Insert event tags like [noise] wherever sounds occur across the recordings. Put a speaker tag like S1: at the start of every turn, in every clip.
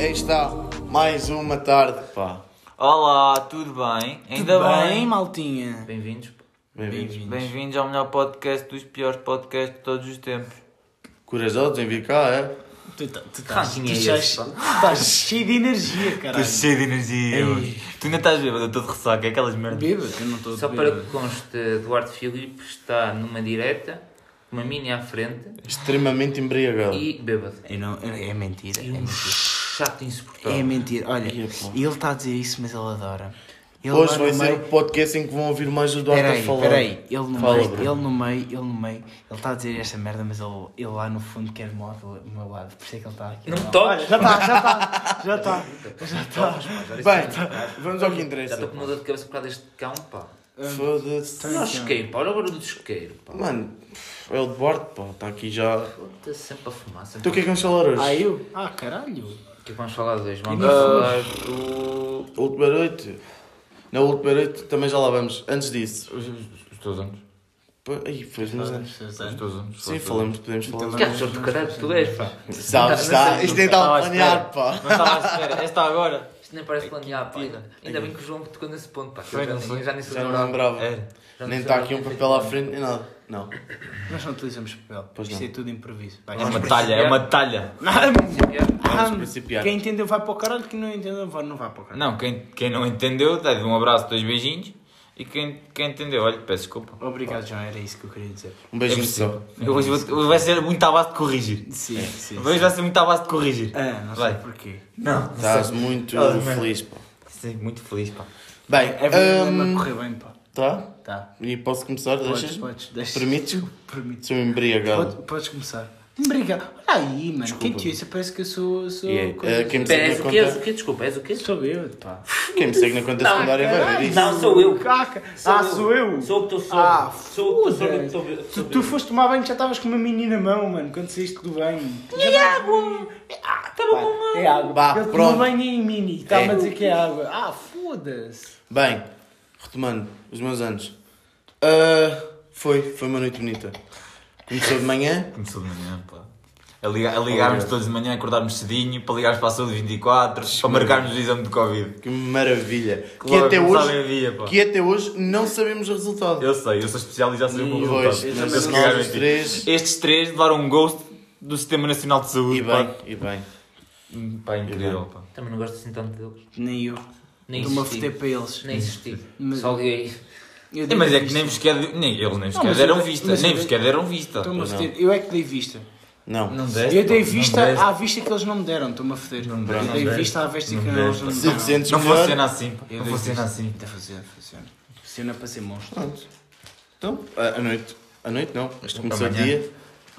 S1: está mais uma tarde, pá.
S2: Olá, tudo bem? Ainda
S3: Tudo bem,
S2: bem?
S3: maltinha?
S2: Bem-vindos.
S1: Bem-vindos.
S2: Bem-vindos ao melhor podcast dos piores podcasts de todos os tempos.
S1: Corajosos em vir cá, é?
S3: Tu, tá- tu estás, tu
S2: Rancinho é
S3: estás-
S2: esse, pá.
S3: estás cheio de energia,
S2: Estou
S3: caralho.
S2: cheio de energia. hoje. Tu ainda estás bêbado, eu estou de ressaca, é aquelas merdas.
S3: Beba, eu não estou
S4: Só para que conste, Duarte Filipe está numa direta, uma mini à frente
S1: Extremamente embriagado.
S4: e bêbado.
S3: Eu não, é mentira, é mentira.
S4: Chato
S3: É
S4: insuportável.
S3: mentira. Olha,
S1: Ia, pá.
S3: ele está a dizer isso, mas ele adora. Ele
S1: Hoje
S3: lá no
S1: vai ser
S3: meio-
S1: o podcast em que vão ouvir mais o Duarte
S3: Peraí,
S1: a falar.
S3: peraí, ele no
S1: Fala,
S3: meio, ele
S1: Bruno.
S3: no meio, ele no meio, ele está a dizer esta merda, mas ele, ele lá no fundo quer morrer do meu lado, por isso é que ele está aqui.
S4: Não me
S3: Olha,
S4: toques.
S3: Já está, já está, já está.
S4: Já está.
S1: Bem, vamos ao tá. que
S4: assim. Já estou
S1: interessa.
S4: com uma Tá. dor de cabeça por causa deste cão, pá.
S1: Foda-se.
S4: Não, isqueiro, pá. Olha o barulho do isqueiro, pá.
S1: Mano, é o Duarte, pá. Está aqui já...
S4: Puta, sempre a fumar, sempre
S1: Então
S4: a
S1: o que é que vamos falar hoje?
S3: Ah, eu? Ah, caralho.
S4: O que é que vamos falar hoje? Vamos falar do...
S1: A última noite. Na última noite também já lá vamos. Antes disso.
S2: Os teus anos.
S1: Pô, Aí, fez nos anos.
S2: Os teus anos.
S1: Sim, falamos, podemos falar.
S4: Que assessor de caralho que tu és, pá.
S1: Sabes, tá, está. Isto nem está a planear, pá.
S2: Não estava à espera, esta é agora.
S4: Isto nem parece planear, pá. Ainda ainda bem que o João me tocou nesse ponto, pá. que
S2: Foi,
S4: Eu já
S2: não
S4: nem-
S2: foi?
S4: já nem sou
S1: Já não
S4: namorado.
S1: lembrava.
S2: Era.
S4: Já
S1: Nem
S4: não sei
S1: está
S4: nada
S1: aqui um
S4: que é
S1: papel à frente, nem nada. Não.
S3: Nós não utilizamos papel.
S1: Pois
S3: Isto
S1: não.
S3: é tudo improviso. Vai.
S2: É uma talha, é uma talha.
S1: Vamos principiar.
S3: Ah, Quem entendeu vai para o caralho, quem não entendeu vai- não vai para o caralho.
S2: Não, quem, quem não entendeu, dá-lhe um abraço, dois beijinhos. E quem, quem entendeu, olha, peço desculpa.
S3: Obrigado, João, era isso que eu queria dizer.
S1: Um
S2: É
S1: beijinho só.
S2: possível. Eu Hoje vou- hoje vai ser muito à base de corrigir.
S3: Sim, É, sim.
S2: Hoje vai ser muito à base de corrigir.
S3: Ah, não
S2: Vai.
S3: sei porquê.
S2: Não,
S1: Estás muito
S2: Ah,
S1: feliz, pá.
S2: Sim, muito feliz, pá.
S1: Bem,
S3: É verdade,
S1: hum,
S3: mas correr bem, pá.
S1: tá?
S3: Tá.
S1: E posso começar?
S3: Podes,
S1: Deixas?
S3: podes, deixa. [laughs]
S1: Permites?
S3: Permite.
S1: Sou um embriagado.
S3: Pode- Podes começar. Obrigado. Olha aí, mano. Quem te isso? Parece que eu sou. sou
S1: E aí,
S3: coisa-
S1: eh, quem me
S4: Espera,
S1: segue
S4: és
S1: na
S4: o quê? És o
S1: conta...
S4: quê? Desculpa, és o quê?
S3: Sou eu, pá.
S1: Quem me segue na conta secundária vai ver isso.
S4: Não, sou eu.
S3: Caca. Ah, sou eu.
S4: Sou o que tu sou.
S3: Ah,
S4: sou o que tu sou.
S3: foda-se.
S4: sou o que tu
S3: Tu,
S4: sou.
S3: tu foste tomar banho e já estavas com uma menina na mão, mano, quando saíste do banho. E
S4: é
S3: água!
S4: tá
S3: Estava com uma... É água.
S1: Bah,
S3: Ele tomou
S1: pronto.
S3: banho em mini, estava
S1: É.
S3: a dizer que é água. Ah, foda-se.
S1: Bem, retomando os meus anos. Ah, foi, foi uma noite bonita. Começou de manhã.
S2: Começou de manhã, pá. A, liga- a ligarmos todos de manhã, acordarmos cedinho, para ligarmos para a saúde 24, para marcarmos o exame de Covid.
S1: Que maravilha. Que
S2: Logo
S1: até,
S2: começava em
S1: hoje,
S2: dia, pá.
S3: é-
S1: que até hoje não sabemos o resultado.
S2: Eu sei, eu sou especial e já sei o
S1: E
S2: resultado.
S1: hoje,
S2: Eu
S1: nós,
S2: sei cagar
S1: os
S2: em ti.
S1: três.
S2: Estes três levaram um ghost do Sistema Nacional de Saúde,
S1: E bem, e bem.
S2: pá. Pá, incrível, pá.
S4: Também não gosto assim tanto deles.
S3: Nem eu.
S4: Nem
S3: Estou-me a
S4: existi.
S3: foder para eles.
S4: Nem existi.
S3: Mas-
S4: Só liguei.
S3: Eu
S2: É,
S3: dei
S2: mas é que
S3: vista.
S2: nem vos quer, nem, eles nem vos
S3: Não,
S2: quer
S3: mas
S2: deram
S3: eu-
S2: vista,
S3: mas
S2: nem
S3: eu-
S2: vos quer deram vista.
S3: Estou-me a foder. Eu é que dei vista.
S1: Não.
S2: deste,
S3: Eu dei
S2: pá, não
S3: vista
S2: deste.
S3: à vista que eles não me deram, estou-me a foder.
S2: Não deste.
S3: Eu dei
S2: Não
S3: vista à vista que eles não me
S1: Se
S3: deram.
S1: te sentes
S2: Não
S1: melhor,
S2: funciona assim, pá.
S3: Eu
S2: Não
S3: dei
S2: funciona
S3: vista.
S2: assim.
S3: Está a fazer, funciona. Funciona para ser monstro.
S1: Pronto. Então, à à noite. À noite não.
S2: Esta
S1: Começou o
S2: manhã.
S1: dia.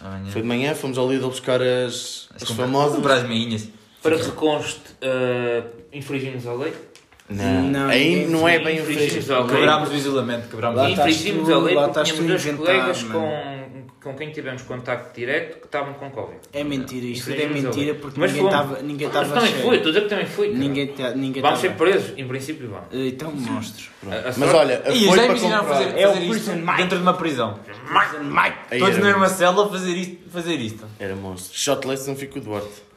S2: Amanhã.
S1: Foi de manhã, fomos ao Lidl buscar as, as
S2: Comprar-
S1: famosas.
S2: Comprar as meinhas.
S4: Para que conste, uh, infringimos a lei.
S1: Não,
S3: Não,
S1: aí
S3: ninguém
S1: não é bem o
S4: infringimos
S1: feijão.
S4: a lei.
S2: Quebrámos o isolamento, quebrámos o
S3: Lá
S4: E
S2: isolamento.
S3: estás
S4: infringimos
S3: tu-
S4: a lei
S3: lá
S4: porque
S3: estás tu
S4: tínhamos
S3: a
S4: dois
S3: inventar,
S4: colegas
S3: mano.
S4: com, com quem tivemos contacto direto que estavam com Covid.
S3: É mentira, isto é
S4: Infringimos a lei.
S3: mentira porque
S4: Mas
S3: ninguém
S4: fomos.
S3: estava ninguém
S4: Mas
S3: estava
S4: também fui,
S3: cheio.
S4: estou a dizer que também fui.
S3: Ninguém ta- ninguém
S4: Vamos ser
S3: estava.
S4: presos, em princípio vamos.
S3: Eh, Então, monstros.
S4: A- a
S1: Mas
S4: sorte-
S1: olha,
S2: E
S1: foi
S2: já
S1: para
S2: imaginaram
S1: comprar.
S2: fazer,
S3: É o
S4: um
S2: fazer isto
S3: prison mic.
S2: dentro de uma prisão?
S1: Aí é.
S2: Todos
S1: era,
S2: na
S3: é
S2: mesma cela fazer isto. Fazer isto.
S1: era monstro. Shotless não fica o Duarte.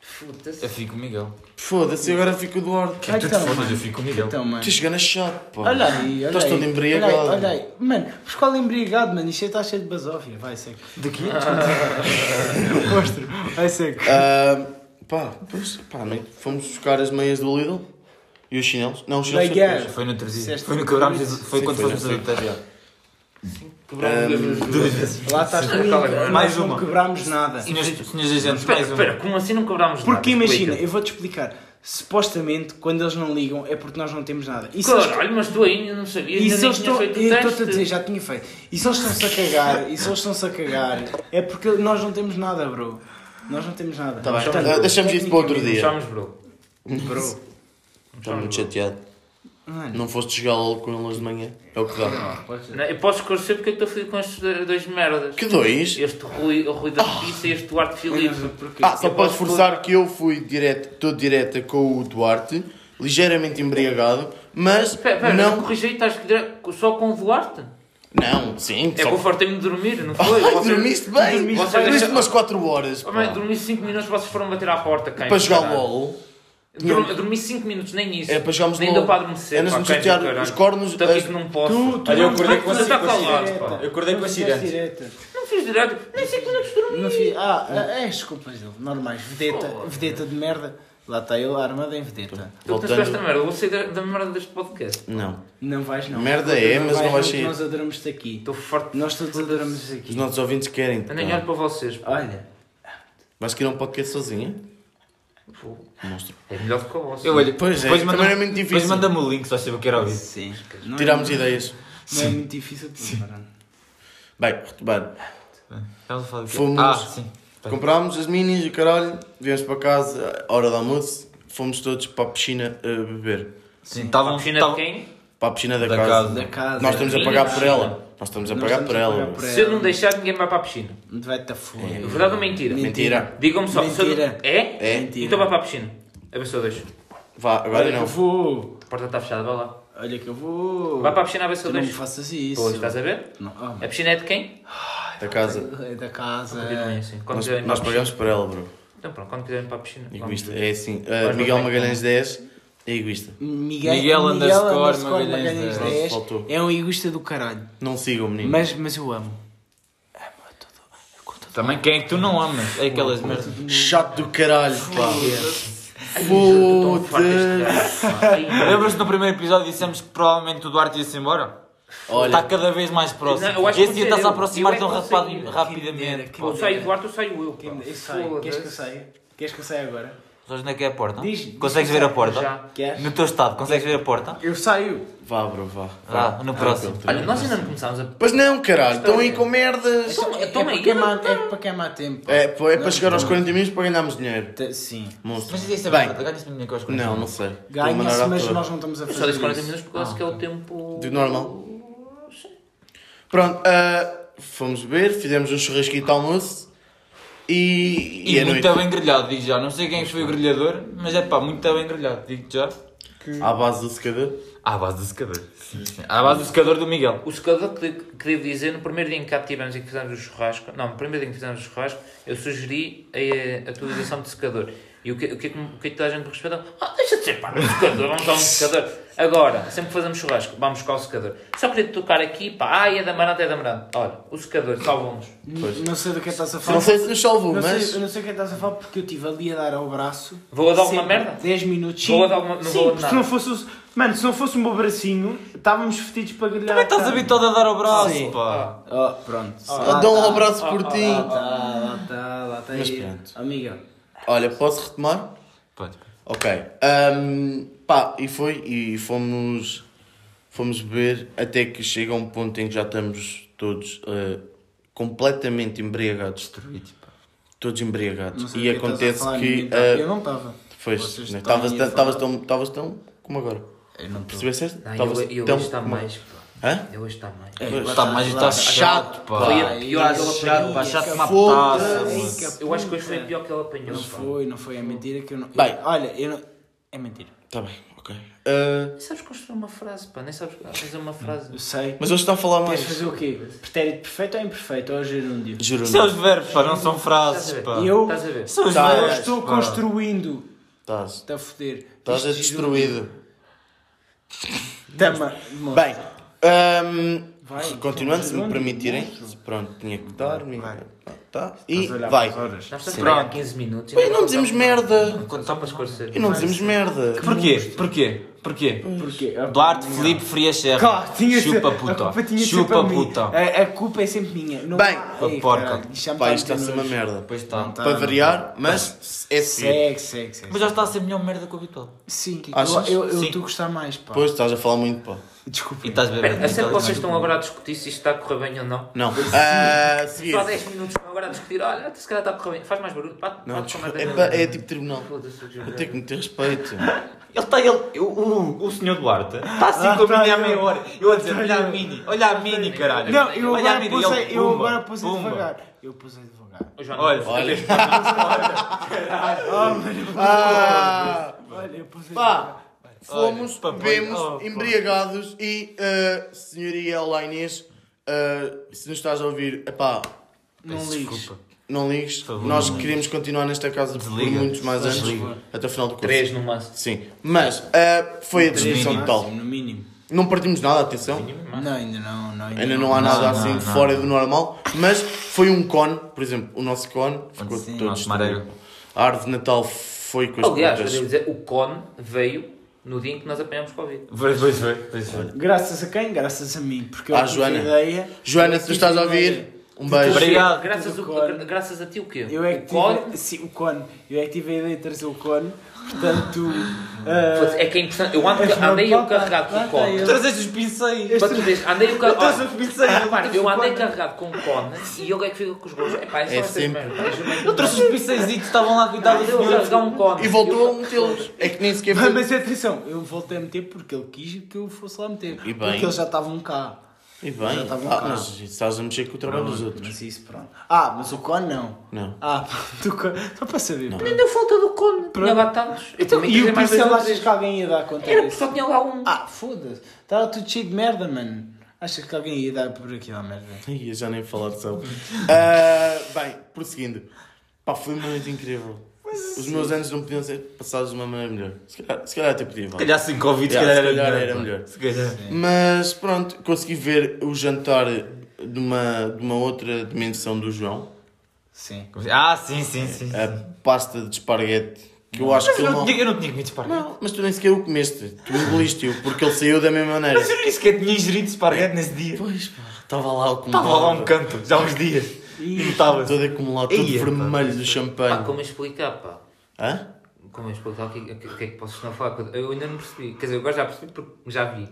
S4: Foda-se.
S2: Eu fico com o Miguel.
S1: Foda-se, agora fica o Duarte.
S3: Ah,
S2: Tu te
S3: então,
S2: fodas,
S3: mano.
S2: eu fico com o Miguel.
S3: Então, mano.
S1: Tu chegando a chato, pá.
S3: Olha aí, olha
S1: Estás
S3: aí.
S1: Então todo embriagado.
S3: Olha aí, olha aí. Mano, mas qual é embriagado, mano? Isto aí está cheio de basófia. Vai, seco. De [laughs] quê? Monstro. Vai, seco.
S1: Ah, pá, pois, pá, à noite fomos buscar as meias do Lidl e os chinelos. Não, os chinelos.
S3: Bem,
S1: foi depois.
S2: Foi no outro dia.
S3: Disseste
S2: Foi no
S3: que
S2: quebrámos.
S3: foi-
S2: Foi
S1: Sim,
S2: quando
S1: foi né?
S2: fomos fazer o teste.
S4: Quebramos
S1: Ahm,
S4: as duas-
S2: Duas vezes.
S3: Lá estás tu
S4: Aquela-
S3: nós
S2: mais
S3: não
S2: uma.
S3: quebramos nada.
S2: Senhores senhores agentes,
S4: Espera,
S2: mais
S4: espera,
S2: um.
S4: como assim não quebrámos nada?
S3: Porque imagina,
S4: Explica.
S3: eu vou-te explicar. Supostamente, quando eles não ligam, é porque nós não temos nada. E se eles-
S4: Caralho, mas tu ainda não sabias,
S3: E se
S4: ainda nem
S3: eles
S4: tinhas
S3: estão.
S4: feito
S3: Eu
S4: o
S3: estou-te
S4: teste.
S3: a dizer, já tinha feito. E se eles estão-se a cagar, e se eles estão-se a cagar, é porque nós não temos nada, bro. Nós não temos nada.
S1: Tá bem,
S3: Portanto,
S1: ah, deixamos isso para outro dia.
S4: Fechámos, bro.
S3: Bro.
S1: Estou muito chateado.
S3: Mano,
S1: Não foste chegar logo com eles de manhã. É o que dá.
S4: Não, Eu posso esclarecer porque é que estou fodido com estes do- dois merdas.
S1: Que dois?
S4: Este Rui, o Rui da Pizza e este Duarte Filipe.
S3: porque.
S1: Ah, só
S4: Eu
S1: para
S4: posso-
S1: reforçar que eu fui direto, estou direta com o Duarte, ligeiramente embriagado, mas
S4: Espera, espera, não,
S1: não.
S4: corrigi, estás dire- só com o Duarte?
S1: Não, sim,
S4: É
S1: só-
S4: que eu fartei-me de dormir, não foi?
S1: [laughs] Ai,
S4: Vocês-
S1: dormiste bem!
S4: Vocês
S1: Dormiste
S4: deixaram-
S1: umas 4 horas.
S4: Oh,
S1: pá.
S4: mãe, dormi 5 minutos, vocês foram bater à porta, quem?
S1: Para jogar LOL.
S4: Dormi, dormi 5 minutos, nem isso.
S1: É para chegarmos
S4: Nem
S1: logo.
S4: deu para adormecer.
S1: É nos
S4: pá,
S1: nos
S4: quem
S1: chatear
S4: do caralho.
S1: os cornos. eh,
S4: Então aqui
S1: as-
S4: que não posso. Tu,
S2: Olha, eu acordei
S3: não
S2: com a-
S3: fizeste
S2: com a
S4: cirurante, pá.
S3: direta.
S2: Eu acordei
S3: Não
S2: com a
S3: fizeste
S2: cirurante.
S3: direta.
S4: Não fiz direito, nem 5 minutos dormi.
S3: Não fiz. Ah, é, é desculpas dele. Normais. Vedeta, vedeta de merda. Lá está ele armado em vedeta.
S4: Tu tens
S1: Voltando-
S4: esta merda, eu vou sair da, da merda deste podcast.
S1: Não.
S3: Não vais não.
S1: Merda é, mas não vais
S3: porque
S1: sair.
S3: Nós adoramos-te aqui.
S4: Estou forte.
S3: Nós todos adoramos
S1: Os
S3: aqui.
S1: nossos ouvintes querem.
S4: Eu nem olho para vocês. pá.
S3: Olha,
S1: Vais querer um podcast sozinha?
S4: Pô,
S1: Monstro.
S4: É melhor do que o vosso.
S2: Eu olho,
S1: Pois é,
S2: depois
S1: também
S2: manda-
S1: é muito difícil.
S2: Depois manda-me o link, só sei o que era ouvir.
S3: sim. Não é-
S1: Tirámos ideias.
S3: Não é muito difícil de preparar.
S1: Bem, retomando.
S2: Estás a falar do quê?
S1: Fomos.
S2: Ah, sim. Bem.
S1: Comprámos as minis e o caralho, viemos para casa, hora do almoço, fomos todos para a piscina a beber.
S2: Sim, estavam.
S4: A piscina de
S3: Então,
S2: estavam-
S4: quem?
S1: Para a piscina da,
S2: Da
S1: casa.
S2: casa.
S3: Da casa.
S1: Nós estamos a pagar por ela. Nós estamos a
S3: Nós
S1: pagar
S3: estamos
S1: por
S3: a
S1: ela.
S3: pagar por
S4: Se eu não deixar, ninguém vai para a piscina.
S3: Não Vai-te a foda.
S4: Verdade ou mentira?
S1: É. Mentira.
S4: Digam-me só. se eu não-
S3: Mentira.
S4: É?
S1: É?
S3: Mentira.
S4: Então vai para a piscina. A ver se eu deixo.
S1: Vá, agora
S3: Olha que
S1: não.
S3: eu vou.
S4: A porta está fechada, vai lá.
S3: Olha que eu vou.
S4: Vai para a piscina a ver se
S3: Tu
S4: eu
S3: não me
S4: deixo.
S3: faças isso.
S4: Pois,
S1: tá
S4: estás a ver?
S3: Não, ah,
S4: A piscina é de quem?
S1: Da casa.
S3: É da casa.
S4: Continuem assim. Quando
S1: Nós,
S4: quiserem
S1: nós
S4: para a piscina.
S1: pagamos por ela, bro.
S4: Então pronto, quando quiserem para a piscina. vamos
S1: Egoísta.
S4: ver.
S1: É assim. Uh,
S4: Mas não
S1: Miguel
S4: tem
S1: Magalhães 10 é egoísta.
S3: Miguel,
S2: Miguel underscore Magalhães
S3: Magalhães
S2: 10.
S3: 10
S1: Faltou.
S3: é um egoísta do caralho.
S1: Não sigam, menino.
S3: Mas, mas eu amo. Amo a todo. com todo-
S2: Também quem é que tu não amas? É aquelas merdas.
S1: Chato do caralho, pá.
S4: Ai, eu estou tão farto deste
S1: Foda-se.
S4: gajo. Ai,
S2: Lembras-te no primeiro episódio dissemos que provavelmente o Duarte ia-se embora?
S1: Olha.
S2: Está cada vez mais próximo.
S4: Não, eu acho que
S2: Esse dia
S4: vou
S2: está-se
S4: ser
S2: a
S4: eu. Eu
S2: aproximar
S4: é
S2: tão
S4: que vou
S2: rapaz-
S4: sair.
S2: rapidamente.
S3: Quem
S4: Ou sai o Eduardo ou sai o eu. pá.
S3: Eu saio. Queres que eu saia? Queres que eu saia agora?
S2: Sabes onde é que é a porta?
S3: Diz- diz-
S2: Consegues ver a porta?
S4: Já.
S3: Queres?
S2: No teu estado, consegues ver a porta?
S3: Eu saio.
S1: Vá, bro, vá.
S2: Ah, no próximo.
S4: Olha, nós ainda não começámos a.
S1: Pois não, caralho. Estão aí com merdas.
S4: Então,
S3: É,
S4: toma
S3: para
S4: aí,
S3: queimar, é para queimar tempo.
S1: É, pô, é para chegar aos 40 minutos para ganharmos dinheiro.
S3: Te- Sim.
S1: Monstro.
S2: Mas isso é
S1: Bem,
S2: verdade, ganha-se dinheiro com as coisas.
S1: Não, não sei. Estou a mandar
S3: Ganha-se,
S1: à
S3: mas
S1: toa.
S3: nós não estamos a
S4: Só
S3: fazer
S4: disse 40
S3: isso.
S4: minutos porque eu acho que é
S3: Ah,
S4: o tempo.
S1: De normal. Pronto, ah, fomos beber, fizemos um churrasquinho de almoço e.
S2: E,
S1: à
S2: muito
S1: noite,
S2: bem grelhado, digo já. Não sei quem é foi o grelhador, mas é pá, muito bem grelhado, digo já.
S1: à base do secador.
S2: À base do secador. Sim, sim. À base do secador do Miguel.
S4: O secador que, que devo dizer, no primeiro dia em que cá tivemos e que fizemos o churrasco, não, no primeiro dia em que fizemos o churrasco, eu sugeri a, a utilização de secador. E o que, o que, é que- o que é que toda a gente me respondeu? Ah, deixa de ser pá, um secador, vamos dar um secador. Agora, sempre que fazemos churrasco, vamos buscar o secador. Só queria tocar aqui, pá, ai, é da maranta, é da maranta. Olha, o secador, salvamos.
S1: Pois.
S3: Não sei do que estás a falar.
S1: Não sei se nos salvou,
S3: Não
S1: mas.
S3: sei, eu não sei o que estás a falar porque eu estive ali a dar ao braço.
S4: Vou a dar alguma
S3: Sempre
S4: merda?
S3: 10 minutos.
S4: Vou a
S3: Sim.
S4: dar alguma- não
S3: Sim,
S4: vou a
S3: porque
S4: nada.
S3: se não fosse o... Mano, se não fosse um meu bracinho, estávamos fedidos para grelhar.
S2: Como é que estás
S4: Ah.
S3: cara.
S2: habituado a dar o braço,
S3: Sim.
S2: pá?
S3: Oh, pronto.
S1: Ah, Dão um abraço por ti.
S3: Lá está, tá, lá está, lá está.
S1: Mas
S3: aí.
S1: pronto.
S3: Amiga.
S1: Olha, posso retomar?
S2: Pode.
S1: Ok. Ahm, pá, e foi, e fomos. Fomos beber até que chega um ponto em que já estamos todos ah, completamente embriagados.
S2: Destruído, pá.
S1: Todos
S3: não
S1: embriagados.
S3: sei
S1: E
S3: do que estás a
S1: acontece
S3: falar,
S1: que.
S3: ninguém tá-
S1: ah,
S3: Eu não estava.
S1: Pois,
S3: Vocês
S1: né?
S3: estão
S1: estavas
S3: aí a
S1: tão,
S3: falar.
S1: estavas tão, estavas tão como agora.
S2: Eu não estou.
S1: Percebeste?
S4: Não,
S1: Estavas
S4: Ah, eu, eu
S1: tão
S4: hoje está
S1: como-
S4: mais, pá.
S1: Hã?
S4: Eu hoje está mais.
S3: tá,
S2: Está mais, está tá chato, pá.
S4: Foi a pior que eu
S2: Está
S4: apanhei.
S2: chato, pá, chato como a
S1: Foda-se.
S2: pataça, moço.
S4: Eu acho que hoje foi pior que ele apanhou.
S3: Não
S4: pá.
S3: foi, não foi. É mentira que eu não.
S1: Bem.
S3: eu- Olha, eu não. É mentira.
S1: Tá bem, ok. Ah,
S4: Sabes construir uma frase, pá, nem sabes fazer uma frase.
S3: Eu sei.
S1: mas hoje está a falar
S3: Queres
S1: mais.
S3: fazer o quê? Pretérito perfeito ou imperfeito? Ou gerúndio?
S1: Juro.
S2: Isso é os verbos, pá, não são
S4: Estás a
S2: frases,
S4: ver?
S2: pá.
S3: Eu-
S4: Estás a ver?
S2: São os
S1: Tá.
S3: Eu
S2: verbos.
S3: estou
S2: pá.
S3: construindo.
S1: Estás.
S3: Está a foder.
S1: Estás a
S3: Isto
S1: destruído.
S3: gerúndio. Dama. Monstro.
S1: Bem, ahm,
S3: Vai,
S1: continuando, se me
S3: gerúndio,
S1: permitirem.
S3: monstro.
S1: Pronto, tinha que dar. me-
S3: Vai.
S1: Pá, Tá. E
S3: Estás a olhar
S1: vai.
S3: para as horas.
S4: Nós estamos
S2: Pronto.
S4: para aí há 15 minutos.
S1: Bem, não dizemos merda.
S4: Quando só para esclarecer.
S1: E não dizemos merda.
S2: Porquê? Porquê? Porquê?
S3: Porquê?
S2: Duarte Felipe Frias Serra.
S3: é [laughs] Claro, Ah, tinha de ser-
S2: Chupa
S3: A
S2: puta.
S3: culpa tinha de ser
S2: Chupa
S3: para mim.
S2: puta.
S3: A, a culpa é sempre minha. Não...
S1: Bem,
S2: a porca.
S1: Pá, isto está a ser uma merda.
S2: Pois está.
S3: tá.
S1: Para variar, mas é sim.
S3: Segue, segue, segue.
S2: Mas já está a ser melhor merda que o habitual.
S3: Sim, eu-
S1: Achas?
S3: eu eu
S2: Sim.
S3: estou a gostar mais, pá.
S1: Pois estás a falar muito, pá.
S3: Desculpa.
S2: E estás é bebendo.
S4: Espera, a sério É, que vocês
S2: então,
S4: estão agora a discutir se isto está a correr bem ou não?
S1: Não. Ah, seguir.
S4: Só 10 minutos estão agora a discutir. Olha, se calhar está a correr bem. Faz mais barulho. Bate,
S1: Não,
S4: bate com mais
S1: desculpa.
S4: barulho.
S1: É, pá, é tipo tribunal.
S4: Foda-se, o
S1: Eu
S4: Gilberto.
S1: tenho que meter respeito.
S2: Ele está, ele, o, o, o senhor Duarte está assim
S3: Ah,
S2: com a
S3: tá,
S2: mini à
S3: eu-
S2: meia hora. Eu a dizer,
S3: tá,
S2: olha a
S3: eu-
S2: mini, olha a mini, caralho.
S3: Não, eu
S2: olha
S3: agora pusei, eu
S2: pumba,
S3: agora pusei
S2: pumba.
S3: devagar. Eu pusei devagar.
S4: Ô, João,
S2: Olha,
S1: Olha.
S3: Ah, mano.
S1: Ah!
S3: Olha, eu pusei
S1: Pá, fomos,
S2: Olha, papai,
S1: bebemos,
S2: oh, pá.
S1: embriagados e, uh, senhoria Ela Inês, uh, eh, se nos estás a ouvir, epá,
S3: Não
S2: Peço
S3: ligues.
S2: desculpa.
S1: não ligues.
S2: favor,
S1: Nós
S2: não ligues.
S1: queremos continuar nesta casa por
S2: Desliga.
S1: muitos mais anos.
S2: Desliga.
S1: Até o final do curso.
S4: 3 no máximo.
S1: Sim. Mas ah, foi a
S2: No
S1: descrição
S2: mínimo.
S1: total.
S3: No mínimo.
S1: Não partimos nada, atenção.
S3: Não, ainda não. não
S1: Ainda não há nada
S2: não,
S1: assim
S2: não.
S1: fora do normal. Mas foi um cone, por exemplo, o nosso cone ficou
S2: Sim,
S1: todo
S2: nosso amarelo.
S1: destruído. A árvore de Natal foi com as
S4: Aliás, eu
S1: plantas.
S4: devo dizer, o cone veio no dia em que nós apanhámos Covid.
S2: Pois pois foi, pois foi.
S3: Graças a quem? Graças a mim. Porque eu
S1: À
S3: tive
S1: Joana.
S3: ideia.
S1: Joana, se tu
S3: Tive
S1: estás a
S3: ideia.
S1: ouvir, um beijo.
S2: Obrigado.
S4: Graças,
S3: Tudo
S4: o-
S3: cone.
S4: graças a ti o quê?
S3: Eu é que
S4: o
S3: tive,
S4: cone?
S3: Sim, o cone. Eu é que tive a ideia de trazer o cone. Portanto. ah,
S4: É que é importante. Eu ando,
S3: Este não
S4: andei eu
S3: toca.
S4: carregado com
S3: Lá
S4: o
S3: está
S4: cone.
S3: ele.
S2: Trazeste os pincéis.
S4: Para tu veres, andei
S2: Trazeste
S4: eu carregado.
S2: os pincéis.
S4: Repara, eu
S3: o
S4: andei
S3: cone.
S4: carregado com o cone e ele é que fica com os gols. É pá, é só
S1: É
S4: essas
S1: sempre.
S4: merdas. Eu juro-me.
S2: Eu trouxe os pincéis que estavam lá
S4: Andei
S2: cuidados.
S4: eu a carregar um cone.
S1: E voltou a metê-los. É que nem sequer foi.
S3: Mas atenção, eu voltei a meter porque ele quis que eu fosse lá meter.
S1: E bem.
S3: Porque eles já estavam cá.
S1: E bem,
S3: Já estava um
S1: ah,
S3: bocado.
S1: mas estás a mexer com o trabalho dos outros.
S3: Mas isso, pronto. Ah, mas o cone não.
S1: Não.
S3: Ah, [laughs] do cone. Só para saber.
S4: Nem deu falta do cone. Tinha lá tantos. Eu
S3: Então,
S4: também
S3: e
S4: tive
S3: o
S4: é mais
S3: pincel
S4: dois
S3: achas que alguém ia dar conta
S4: Era porque
S3: disso?
S4: só tinha lá um.
S3: Ah, foda-se. Estava tudo cheio de merda, mano. Achas que alguém ia dar por aquilo à merda?
S1: [laughs] Ai, eu já nem falar sobre. Ah, [laughs] bem, prosseguindo. é. Pá, foi um momento incrível. Os meus anos não podiam ser passados de uma maneira melhor. Se calhar, se calhar até podia.
S2: Se
S1: vá.
S2: calhar sem Covid, se
S1: Yeah,
S2: calhar
S1: se calhar
S2: era
S1: era
S2: melhor.
S1: melhor.
S2: Se calhar.
S1: Mas pronto, consegui ver o jantar de uma, de uma outra dimensão do João.
S3: Sim.
S2: Ah, sim, sim, sim.
S1: A pasta de esparguete. Que eu acho que
S2: Eu
S1: ele
S2: não
S1: não...
S2: tinha- eu não tinha comido esparguete.
S1: Não, mas tu nem sequer o comeste. Tu engoliste-o, porque ele saiu da mesma maneira.
S2: Mas eu nem sequer tinha ingerido esparguete nesse dia.
S1: Pois pá, estava lá o
S2: Estava lá um canto, já há uns dias. E estava.
S1: Todo acumulado, todo
S2: Ia, pá. é
S1: vermelho do
S4: Pá,
S1: champanhe.
S4: como explicar, pá?
S1: Hã?
S4: Como explicar o que, o que- o que é que posso não falar? Eu ainda não percebi. Quer dizer, agora já percebi porque já vi.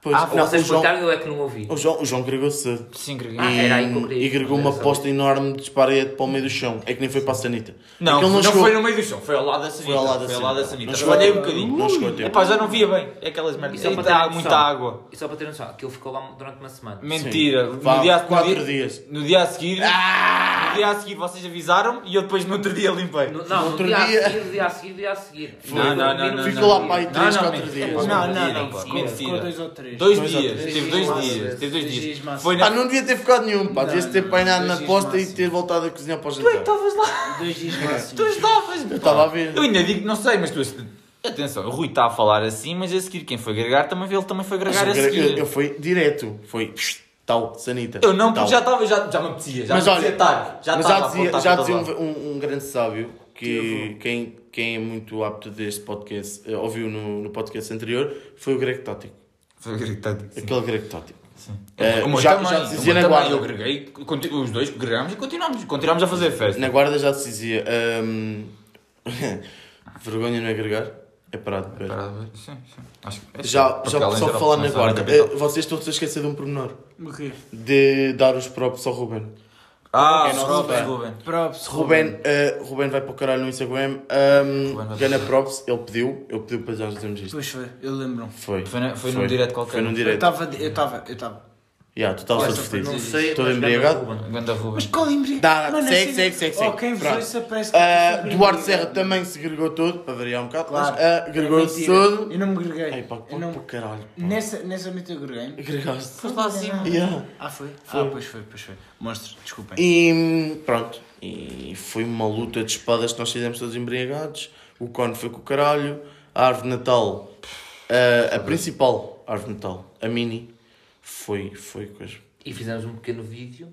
S1: Pois,
S2: Ah,
S1: não,
S4: Não, vocês
S1: o João,
S4: explicaram, eu é que não ouvi.
S1: o João, o João gregou cedo.
S2: Sim, Gregorio.
S4: Ah, era aí que eu queria.
S1: e agregou uma
S4: Era só-
S1: posta enorme de esparguete para o meio do chão. É que nem foi para a Sanita.
S2: Não,
S1: É que ele
S2: não,
S1: chegou-
S2: foi um- no meio do chão, foi ao lado da sanita.
S1: Foi ao lado da
S2: Foi ao lado da
S1: sanita.
S2: sanita.
S1: Não
S2: Eu
S1: chegou
S2: olhei um
S1: a tempo.
S2: bocadinho.
S1: Não chegou a tempo.
S2: Epá, já não via bem. É aquelas merdas.
S4: só para ter
S2: Eita, há
S4: noção-
S2: muita água.
S4: E só para ter noção, aquilo ficou lá durante uma semana.
S2: Mentira.
S1: Vá,
S2: No dia,
S1: quatro
S2: no dia,
S1: dias. Ah!
S2: No dia a seguir. No dia a seguir vocês avisaram e eu depois no outro dia limpei.
S4: No- não, no
S1: outro
S4: dia, a
S1: dia-
S4: seguir, dia a seguir, dia a seguir.
S2: Não, não, não, não,
S1: Ficou
S2: não.
S1: lá para aí três,
S2: não,
S1: quatro
S2: mentira.
S1: dias.
S2: Não,
S3: Não,
S2: não,
S3: não,
S2: não,
S3: pá.
S2: mentira.
S3: Ficou dois ou três.
S2: Dois
S1: Dois ou
S2: dias,
S1: três.
S2: teve
S3: Dois
S2: dois
S3: dias
S2: dias,
S3: máximo.
S2: teve dois
S3: Dois
S2: dias.
S3: dias máximo.
S2: Foi
S1: Pá,
S2: na.
S1: Ah, não devia ter ficado nenhum, pá.
S3: Não,
S1: Devia-se ter
S3: não,
S1: apanhado
S3: dois
S1: na
S3: dias
S1: posta e
S3: máximo.
S1: ter voltado a cozinhar para o
S2: Tu é que
S1: jantar.
S2: estavas lá?
S3: Dois dias
S2: Tu
S3: máximo.
S2: estavas? Eu
S1: estava a ver.
S2: Eu ainda digo que não sei, mas tu. Atenção, o Rui está a falar assim, mas a seguir quem foi gregar também ele também foi gregar a
S1: Mas eu, eu,
S2: seguir.
S1: eu fui direto. Foi tal, Sanita.
S2: Eu não,
S1: tal.
S2: porque já estava, já, já me apetecia, já
S1: Tá Mas
S2: me apetecia
S1: olha,
S2: estar, já
S1: mas
S2: estava a um.
S1: já dizia,
S2: apontar
S1: já
S2: para
S1: dizia
S2: todo
S1: um, um- um grande sábio que quem, quem é muito apto deste podcast, eh, ouviu no, no podcast anterior, foi o grego tótico.
S2: lado. Foi gritado.
S1: Aquele grego tótico. Eh,
S2: O meu
S1: já-
S2: também,
S1: já se
S2: o meu
S1: dizia na
S2: também,
S1: guarda.
S2: Eu greguei, conti- os dois gregámos e continuámos, continuámos a fazer festa.
S1: Na guarda já se dizia hum, [laughs] vergonha não agregar, é parado. de beber.
S2: Parada, Tá sim, sim. Acho que- é
S1: Já,
S2: Porque
S1: já
S2: além
S1: só
S2: de
S1: por
S2: ser
S1: falar na
S2: opção,
S1: guarda,
S2: era capital.
S1: eh, vocês estão a esquecer de um pormenor
S3: O quê?
S1: de dar os próprios ao Ruben.
S2: Ah,
S1: É nosso
S2: desculpa,
S1: pé.
S2: desculpa.
S3: Props.
S1: Ruben, eh, Ruben vai para o caralho no Instagram. hum,
S2: Ruben vai
S1: Gana Props, ele pediu, ele pediu para já dizermos isto.
S3: Pois foi, eu lembro-me.
S1: Foi.
S2: Foi na- foi num direto qualquer.
S1: Foi num
S3: Eu
S1: direto.
S3: estava, eu estava, eu estava.
S1: Ya, tu estavas a
S3: Essa foi-
S1: divertir.
S4: Não sei,
S1: Todo
S4: mas
S1: embriagado?
S4: ganda Ruben.
S2: Ganda Ruben.
S3: Mas qual embriaguez?
S1: Dá,
S3: Mano,
S1: segue,
S3: assim-
S1: segue, segue,
S3: Oh,
S1: segue.
S3: quem vos
S1: Pronto.
S3: ouça parece que...
S1: Ah,
S3: eu sou
S1: Duarte
S3: embriagado.
S1: Serra também se gregou todo, para variar um bocado,
S3: Claro.
S1: mas uh,
S3: É
S1: gregou-se
S3: mentira.
S1: todo.
S3: Eu não me greguei.
S1: Ei, pá, pá,
S3: Eu não-
S1: pá, caralho. pá.
S3: Nessa, nessa noite eu greguei.
S1: Gregaste.
S2: Foste lá acima.
S1: Ya.
S3: Ah, foi? Ah, pois foi, pois foi. Monstros, desculpem.
S1: E pronto, e foi uma luta de espadas que nós fizemos todos embriagados. O cone foi com o caralho. A árvore de natal, ah, a principal árvore de natal, a mini, foi, foi coisa.
S4: E fizemos um pequeno vídeo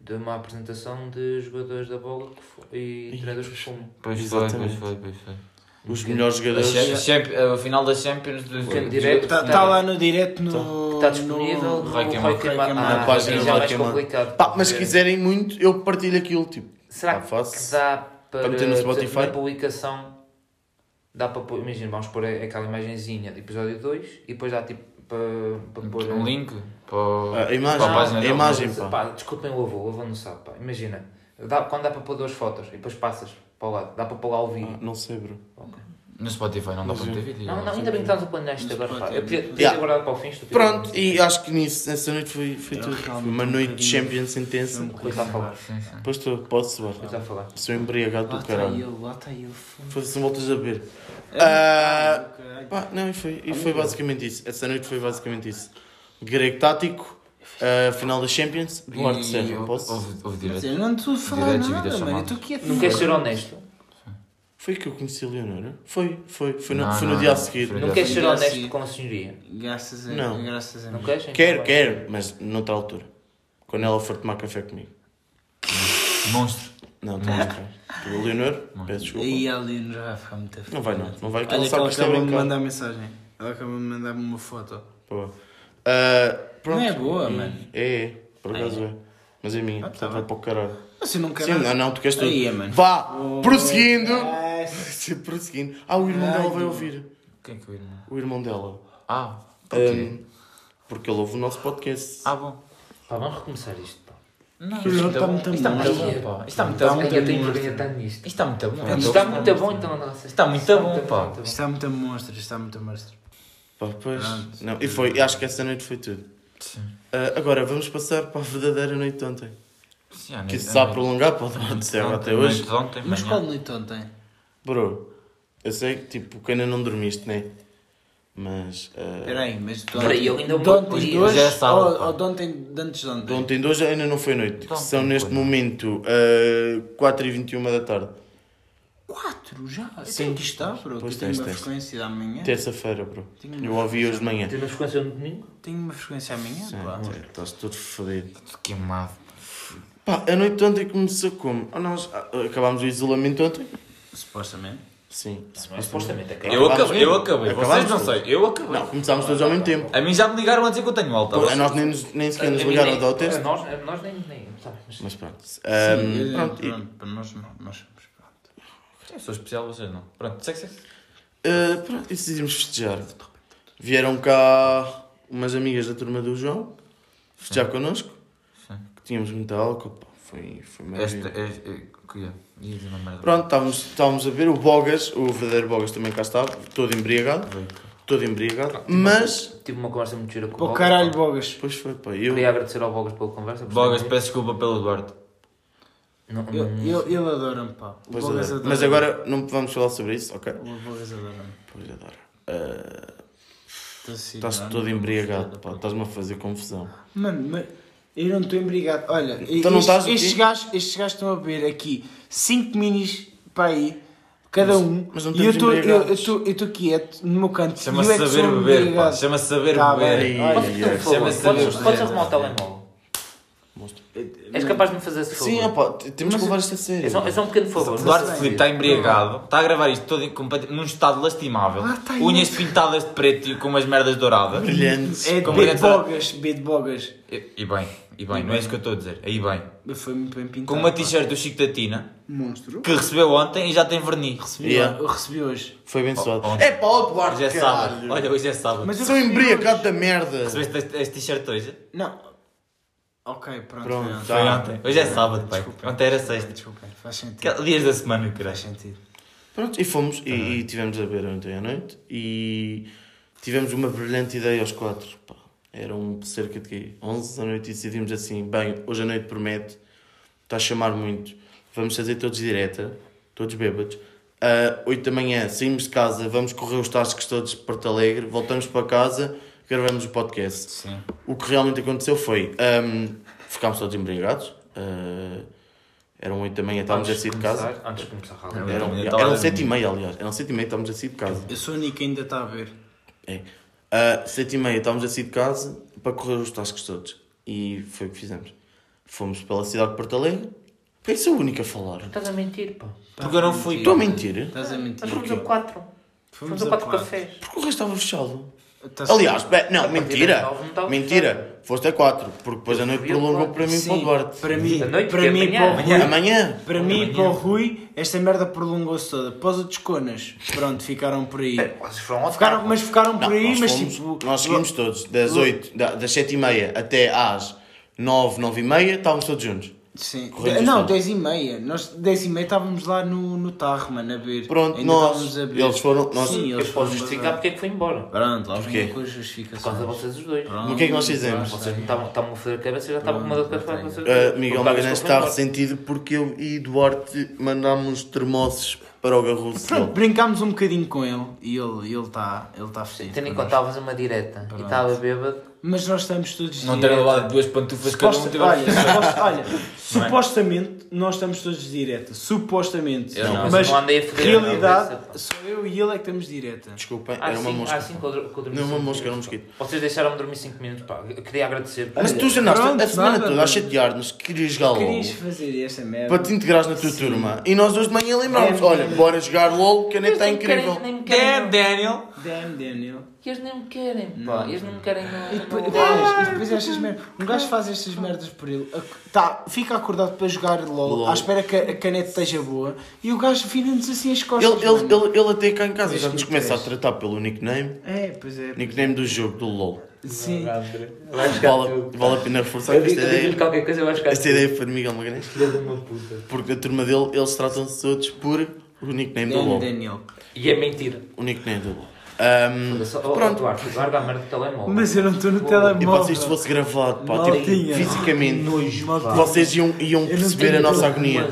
S4: de uma apresentação de jogadores da bola que fo- e treinadores que fomos.
S2: Pois foi, pois
S1: Exatamente.
S2: foi, pois foi.
S1: Os melhores
S2: A
S1: jogadores.
S2: Champ- Champ- A final da Champions dos
S4: Pequeno
S2: dos-
S4: direto.
S3: Está
S4: Tá-
S3: tá lá no direto no.
S4: Está Tá. disponível
S3: no-
S4: no
S2: Roy Queimado.
S3: Roy
S4: Roy Queimado.
S3: Queimado.
S4: Ah,
S1: Na página
S4: já
S1: do
S4: é
S1: Roy
S4: mais
S1: Queimado.
S4: complicado.
S1: Pá, mas se quiserem muito, eu partilho aquilo, tipo.
S4: Será
S1: pá, faço.
S4: que dá para,
S1: meter no
S4: tipo,
S1: Spotify?
S4: na publicação? Dá para pôr, imagina, vamos pôr aquela imagenzinha de episódio 2 e depois dá tipo para, para pôr
S2: Um link para o-
S1: Ah, A imagem.
S2: para a página
S1: a
S2: da-
S1: imagem.
S4: Mas,
S1: pá.
S4: desculpem o avô, o avô não sabe, pá. Imagina, dá- quando dá para pôr duas fotos e depois passas para o lado, dá para pôr lá o
S1: Ah,
S4: vídeo.
S1: Não sei, bro.
S4: Ok.
S2: No Spotify não dá para ter vídeo.
S4: Não, não, ainda bem que estás a planejar isto agora, pá. Eu podia, podia
S1: Yeah.
S4: ter guardado para o fim, estúpido.
S1: Pronto, e acho que nisso, nessa noite foi, foi tudo. Foi
S3: realmente
S1: uma
S3: um
S1: noite de
S3: bocadinho-
S1: Champions intensa.
S4: Depois está tá a falar,
S2: Sim, sim.
S1: Depois estou, posso soar.
S4: depois está a falar.
S1: Sou embriagado
S3: Lá
S1: do
S3: está
S1: caralho.
S3: ele, lá está ele. foda-se.
S1: Foi assim, voltas a beber.
S3: Ah,
S1: Ah,
S3: caralho.
S1: pá, não, e foi, e foi basicamente isso. Essa noite foi basicamente isso. Grego tático, a final da Champions, Duarte
S2: E
S1: Serra,
S2: houve-
S1: posso?
S2: Houve, houve
S3: Quer
S2: direito.
S3: dizer, eu não te vou falar
S2: Diretos e
S3: nada,
S2: vidas
S3: mano. Eu
S2: chamadas.
S3: estou quieto.
S4: Não queres ser honesto?
S1: Foi que eu conheci a Leonora? é? Foi, foi, foi no,
S2: Não,
S1: foi
S2: não,
S1: no dia a
S2: não,
S1: seguir.
S2: foi-
S4: Não queres ser
S3: Sim.
S4: honesto com a senhoria?
S3: Graças a
S1: Não.
S3: Graças a
S4: Não
S3: Deus.
S4: queres? Então
S1: Quero,
S4: vai.
S1: quero, mas noutra altura. Quando ela for tomar café comigo.
S2: Monstro.
S1: Não, estou a mostrar. Tu, Leonor, peço desculpa.
S3: E a Leonor vai ficar muito afetada.
S1: Não vai não, não vai, que ela
S3: Olha que
S1: sabe
S3: ela
S1: que está a
S3: acabou de me
S1: brincar.
S3: mandar mensagem. Ela acabou de me mandar uma foto.
S1: Boa. Ah, pronto.
S3: Não é boa, mano.
S1: É, é, por acaso é. Mas é minha,
S3: Ah, tá
S1: portanto vai
S3: bem.
S1: para o caralho.
S3: Mas eu não quero.
S1: Sim, não, não, tu queres tudo.
S3: Aí é, mano.
S1: Vá, prosseguindo.
S3: Ai,
S1: Sim, [laughs] prosseguindo. Ah, o irmão
S3: Ai,
S1: dela vai
S3: meu.
S1: ouvir.
S2: Quem é que eu ia-
S1: O irmão dela.
S2: Ah,
S1: Ahm, porque ele ouve o nosso podcast.
S2: ah, bom.
S4: Pá, vamos recomeçar isto. Pá.
S2: Não,
S3: Que olhar tá muito
S2: isto está muito
S4: bom.
S2: bom, pá. Isto está muito
S3: Tá
S2: bom.
S3: muito
S4: Eu tenho
S3: monstro.
S4: vergonha de estar nisto.
S2: Isto está muito bom.
S4: Isto está muito bom, então, nossa.
S2: Está muito
S4: Está
S2: bom,
S4: muito
S2: pá.
S4: muito bom.
S3: Está muito a monstro, está muito a monstro.
S1: Pá, pois.
S3: Pronto.
S1: Não, e foi, acho que essa noite foi tudo.
S2: Sim.
S1: Ah, agora vamos passar para a verdadeira noite de ontem.
S2: Sim, à
S1: Que
S2: noite-
S1: isso
S2: à
S1: está a
S2: noite-
S1: prolongar para o Duarte Serra
S2: ontem,
S1: até hoje.
S2: noite de Ontem,
S3: Mas
S2: manhã.
S3: qual noite ontem?
S1: Bro, eu sei que tipo, que ainda não dormiste, né? Mas. ah,
S3: Espera aí, mas tu
S4: Espera aí, eu ainda me
S3: de ontem
S4: bati.
S3: de hoje
S2: Já é sábado,
S3: ou,
S2: pá.
S3: ou de ontem de antes de
S1: de
S4: É.
S3: ontem?
S1: ontem de hoje ainda não foi noite.
S2: Então,
S1: São neste
S2: foi.
S1: momento ah, 4h21 da tarde.
S3: Quatro já? Sim. que está, bro.
S1: Pois
S3: que tenho
S1: tens,
S3: uma
S1: tens.
S3: frequência da
S4: É.
S3: manhã.
S1: Terça-feira, bro.
S3: Tinha-
S1: Eu ouvi hoje de manhã.
S4: Tens uma frequência no domingo?
S3: Tenho uma frequência amanhã, pá.
S1: Sim, Estás todo fodido.
S2: Tudo queimado.
S1: Pá, a noite de ontem começou como? Ah, nós ah, acabámos o isolamento ontem?
S3: Supostamente.
S1: Sim.
S4: Supostamente, é claro.
S2: Eu acabei, eu
S1: mesmo.
S2: acabei.
S1: Acabámos
S2: Vocês não
S1: todos.
S2: sei, eu acabei.
S1: Não, começámos todos ao mesmo tempo.
S2: A mim já me ligaram a dizer que eu tenho alta.
S1: A nós nem, nos- nem sequer nos
S4: Tá A mim
S1: ligaram a
S4: nem-
S1: dar o teste.
S4: a Nós, a nós nem, nem sabes.
S1: Mas pronto.
S3: Sim,
S1: Ahm,
S3: eu-
S1: Hum, pronto. e-
S3: Para nós não, nós somos pronto.
S2: Eu sou especial, vocês não. Pronto, segue, segue. segue.
S1: Uh, pronto, e decidimos festejar. Vieram cá umas amigas da turma do João festejar connosco.
S2: Sim.
S1: Que tínhamos muita álcool, pá, foi, foi
S2: Esta
S1: maravilha.
S2: é. é- Cuida. Ia dizer uma merda.
S1: Pronto, estávamos, estávamos a ver o Bogas, o verdadeiro Bogas também cá estava, todo embriagado. Todo embriagado, mas.
S4: Tive uma conversa muito gira com
S3: Pô,
S4: Bogas,
S3: caralho,
S4: pá.
S3: Bogas.
S1: Depois foi, pá, eu.
S4: Queria agradecer ao Bogas pela conversa. por
S2: Bogas,
S4: ser-
S2: peço desculpa pelo Duarte.
S4: Não, não-
S3: Eu, eu, ele adora-me, pá. O
S1: Hum. Pois
S3: Bogas
S1: adoro.
S3: adora-me.
S1: Mas agora não vamos falar sobre isso, ok?
S3: O Bogas adora-me.
S1: Pois adoro. Uh,
S3: Tô assim,
S1: estás
S3: mano.
S1: todo embriagado, pá, estás-me a fazer confusão.
S3: Mano, mas eu não estou embrigado. Olha,
S1: Então não
S3: estes,
S1: estás o quê?
S3: estes gajos, estes gajos estão a beber aqui 5 minis para aí, cada um.
S1: mas não
S3: e eu
S1: estamos
S3: estou eu,
S1: embriagados.
S3: eu tô- eu tô quieto no meu canto.
S2: Chama-se
S3: e eu é que
S2: saber
S3: sou
S2: beber, pá.
S3: embriagado.
S2: Chama-se saber
S3: Tá
S2: beber.
S3: bem. Ai,
S4: Podes fazer um
S1: ai,
S4: favor?
S2: chama-se
S4: Podes-
S2: Deus.
S4: Podes arrumar o telemóvel?
S1: monstro.
S4: És capaz de me fazer esse favor?
S1: Sim, ah, pá, t- temos que levar isto a sério.
S4: É só, é só um pequeno favor.
S2: Duarte Felipe está tá embriagado, está a gravar isto todo em- complet- num estado lastimável,
S3: Ah, tá aí.
S2: unhas pintadas de preto e com umas merdas douradas.
S1: Brilhantes.
S3: É
S2: Como é
S3: beber
S2: que-
S3: bogas, beber bogas.
S2: E, e bem, e bem, não é isso que eu estou a dizer, aí bem.
S3: Foi muito bem pintado.
S2: Com uma
S3: pá.
S2: t-shirt do Chico da Tina,
S3: Monstro.
S2: que recebeu ontem e já tem verniz.
S3: Recebi,
S1: Yeah.
S3: Eu recebi hoje.
S1: Foi abençoado.
S2: Oh, oh.
S1: É pá, ó Duarte,
S2: Hoje é sábado,
S1: caralho.
S2: olha, hoje é sábado.
S3: Mas eu
S1: Sou um
S3: recebi
S1: embriagado
S3: hoje.
S1: da merda.
S2: Recebeste este- este t-shirt hoje?
S3: Não. Ok, pronto.
S1: Pronto,
S3: foi ontem.
S1: tá.
S2: Foi
S1: Ah,
S2: ontem. Hoje é sábado, pai. Ontem era sexta.
S3: Desculpa, faz sentido.
S2: Que- Dias da semana, caralho.
S3: Faz sentido.
S1: Pronto, e fomos e, e tivemos a beber ontem à noite e tivemos uma brilhante ideia aos quatro. Pá, eram cerca de quê? 11 da noite e decidimos assim: bem, hoje a noite promete, está a chamar muito, vamos fazer todos direta, todos bêbados. Ah, 8 da manhã saímos de casa, vamos correr os tascos todos de Porto Alegre, voltamos para casa, gravamos o podcast.
S2: Sim.
S1: O que realmente aconteceu foi. ahm, ficámos todos embriagados. ah, eram 8 da manhã, estávamos a
S4: Antes
S1: sair de casa.
S4: começar- Antes de começar a
S2: Não,
S4: ralhar.
S1: Eram,
S2: Eu tava-
S1: eram 7 e meia, aliás. Eram 7 e meia, estávamos assim de casa.
S3: Eu sou o único que ainda está a ver.
S1: É. Ah, 7 e meia, estávamos assim de casa para correr os tascos todos. E foi o que fizemos. Fomos pela cidade de Porto Alegre. Porque sou o único a falar.
S4: Estás a mentir, pá.
S2: Porque eu não fui.
S3: Tá.
S1: Estou a mentir.
S3: Estás a mentir.
S4: Nós fomos a quatro. Fomos a quatro cafés.
S1: Porque o resto estava fechado.
S3: Estás-
S1: Aliás, bem, não,
S4: Assim, partir das
S1: mentira.
S4: nove não estava
S1: Mentira. Foste a 4. Porque depois a noite
S4: fui a
S1: prolongou
S4: quatro.
S1: para mim e
S3: Sim,
S1: para o Duarte.
S3: Para mim,
S4: A noite
S3: para
S4: foi
S3: mim,
S4: amanhã.
S3: para o Rui,
S1: Amanhã.
S3: para mim e para o Rui, esta merda prolongou-se toda. Para os outros conas, pronto, ficaram por aí.
S4: Vocês foram ao
S3: Ficaram, mas ficaram por
S1: É. Não,
S3: aí,
S1: nós
S3: mas
S1: fomos-
S3: tipo.
S1: Nós seguimos todos, das 8, da- das 7 e meia até às 9, 9 e meia, estávamos todos juntos.
S3: Sim.
S1: Corremos
S3: De- não,
S1: isto.
S3: 10 e meia. Nós 10 e meia estávamos lá no, no tarro, mano, a ver.
S1: Pronto,
S3: Ainda
S1: nós-
S3: estávamos a ver.
S1: eles foram- nós-
S3: Sim, eles
S4: Eu posso
S3: foram
S4: justificar
S3: bazar.
S4: porque é que foi embora.
S3: Pronto, lá
S1: Porquê?
S3: vem com as
S4: Por causa de
S3: justificações.
S4: vocês os dois.
S3: Pronto,
S1: O que é que nós fizemos?
S3: Ah,
S4: Vocês me estavam estavam a fazer a cabeça e já estava com uma dor de cabeça para vocês.
S1: Uh, Miguel
S4: Por causa
S1: Magalhães
S4: que eu
S1: está
S4: fui embora.
S1: ressentido porque eu e Duarte mandámos termossos para o Garruço.
S3: Pronto, brincámos um bocadinho com ele e ele ele está ele tá fedido.
S4: Tendo em
S3: por
S4: conta, estavas uma direta e estava bêbado.
S3: nós. Mas nós estamos todos
S2: Não
S3: de
S2: ter
S3: direta.
S2: levado duas pantufas cada um
S3: Suposta-
S2: teve
S3: olha, suposta- olha, supostamente nós estamos todos de direta. Supostamente.
S4: Eu não,
S3: mas
S4: mas não andei a foder a
S3: realidade,
S4: cabeça.
S3: só eu e ele é que estamos de direta.
S1: Desculpem,
S4: Há
S3: Ah,
S1: era uma
S4: cinco,
S1: mosca.
S4: há cinco que ah, eu dor- que eu dormi
S1: Não, uma
S4: cinco
S1: mosca, era um
S4: minutos,
S1: mosquito.
S4: pá. Vocês deixaram-me dormir 5 minutos, pá. Eu queria agradecer.
S1: Mas tu já
S3: pronto,
S1: andaste a semana
S3: nada,
S1: toda a
S3: mano.
S1: chatear-nos que querias jogar LOL.
S3: Querias fazer esta merda.
S1: Para te integrares na tua turma. E nós hoje de manhã lembrámos:
S3: É,
S1: olha,
S3: mano.
S1: bora jogar LOL, que a neta é
S4: Eles nem me
S1: incrível.
S4: querem, nem me
S2: Damn,
S4: querem.
S2: Daniel!
S3: Damn, Daniel.
S4: Eles nem me querem, pá. Eles não me querem.
S3: E
S4: no-
S3: depois,
S4: no-
S3: depois, e depois estas merdas. Um gajo faz estas merdas por ele. Ac- Tá, fica acordado para jogar LOL,
S1: LOL.
S3: à espera que a a caneta esteja boa e o gajo vira-nos assim as costas.
S1: Ele, ele,
S3: mano.
S1: ele, ele até cá em casa
S3: Diz
S1: já
S3: que
S1: nos
S3: me
S1: começa a
S3: queres.
S1: tratar pelo nickname
S3: É, pois é.
S1: nickname do jogo, do LOL.
S3: Sim.
S1: Vale, vale a pena reforçar
S4: Eu
S1: que esta
S4: digo- eu digo-lhe
S1: ideia,
S4: qualquer coisa, eu acho que é um há
S1: esta ideia foi de Miguel Magalhães.
S4: filha de uma puta.
S1: Porque a turma dele, eles tratam-se todos por o nickname
S2: Tá
S1: do
S3: Damn,
S1: LOL.
S3: Daniel.
S4: E é mentira.
S1: O nickname do LOL. Ahm,
S4: Pronto. Larga a merda do telemóvel.
S3: Mas eu não estou no
S1: e
S3: telemóvel.
S1: pá, se isto fosse gravado, pá, tipo,
S3: Maltinha.
S1: fisicamente,
S3: Nojo, maltinha.
S1: vocês iam, iam
S3: não
S1: perceber
S3: tenho
S1: a nossa
S3: dor.
S1: agonia.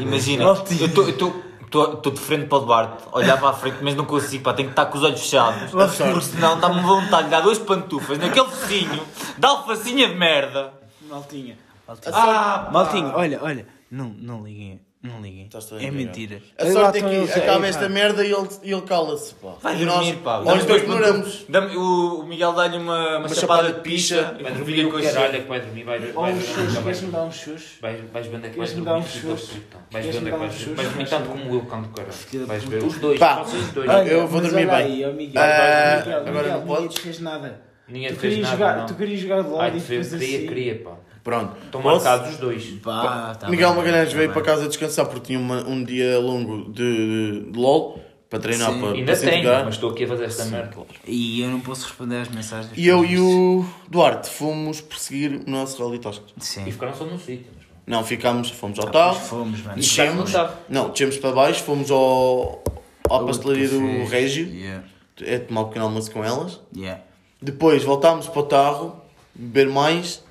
S2: Imagina,
S3: Oh, tio.
S2: eu estou- eu estou- estou estou de frente para o Bart, olhar para a frente, mas não consigo, pá, tenho que estar com os olhos fechados. Porque senão dá-me vontade de dar duas pantufas naquele focinho, dá alfacinha de merda.
S3: Maltinha. Maltinha.
S2: Ah,
S3: Maltinho, olha, olha, não, não liguem, não liguem.
S1: Estás todo
S2: tá
S3: É
S1: envergonhado.
S3: mentira.
S1: A
S3: Olha lá,
S1: sorte é
S3: estão
S1: que
S3: eles aí,
S1: acaba
S3: pá.
S1: esta merda e ele, e ele cala-se, pá.
S2: Vai
S1: e
S2: dormir, pá.
S1: nós, nós
S2: Dá-me dois
S1: ignoramos.
S2: pantu- dá-me- o, o Miguel dá-lhe uma, uma chapada de picha,
S4: Vai
S2: e
S4: dormir
S2: revilha
S4: com
S2: com
S4: o
S2: a
S4: caralho que vai dormir. Vai
S3: Ó, uns chus,
S4: dormir.
S3: queres-me dar uns chus?
S4: Vais, vais ver onde é que vais
S3: Queres-me
S4: dormir.
S3: dar um uns
S4: filho da
S3: chus?
S4: puta. Vais ver
S3: Queres-me
S4: onde é
S3: dar um
S4: que
S3: uns
S4: vais dormir.
S3: chus?
S4: Vais dormir tanto como eu, cão do
S3: Filha da
S4: caralho. Vais
S3: puta.
S4: ver os dois,
S1: Pá.
S4: vocês dois.
S1: Olha, eu vou
S3: mas
S1: dormir
S3: olha
S1: bem.
S3: Aí, ó, Miguel,
S1: Ah,
S3: Miguel, Miguel,
S1: agora não
S3: Miguel,
S1: podes?
S3: Ninguém te fez nada.
S4: Ninguém
S3: tu
S4: te fez
S3: querias
S4: nada,
S3: jogar-
S4: não.
S3: Tu querias jogar de LOL
S4: Ai,
S3: e
S4: te fez,
S3: depois
S4: queria,
S3: assim...
S4: queria, pá.
S1: Pronto.
S4: Estão
S1: Posso?
S4: marcados os dois.
S3: Pá, tá
S1: Miguel
S3: bem,
S1: Magalhães
S3: tá
S1: veio
S3: bem.
S1: para casa descansar porque tinha uma- um dia longo de, de LOL para treinar
S3: Sim.
S1: para, para
S4: Ainda
S1: se
S4: tenho,
S1: integrar.
S4: mas estou aqui a fazer esta merda.
S3: E eu não posso responder às mensagens.
S1: E eu e o Duarte fomos perseguir o nosso Rally Tosca.
S4: E
S3: Sim.
S4: ficaram só num sítio. mas pronto.
S1: Não, ficámos, fomos ao tal.
S3: Fomos, mano.
S4: Ficaram num
S1: Descemos.
S4: tavo.
S1: Não, descemos para baixo, fomos ao, à pastelaria do Régio.
S3: Yeah,
S1: É tomar um pequeno almoço com elas.
S3: yeah.
S1: Depois voltámos para o tarro, beber mais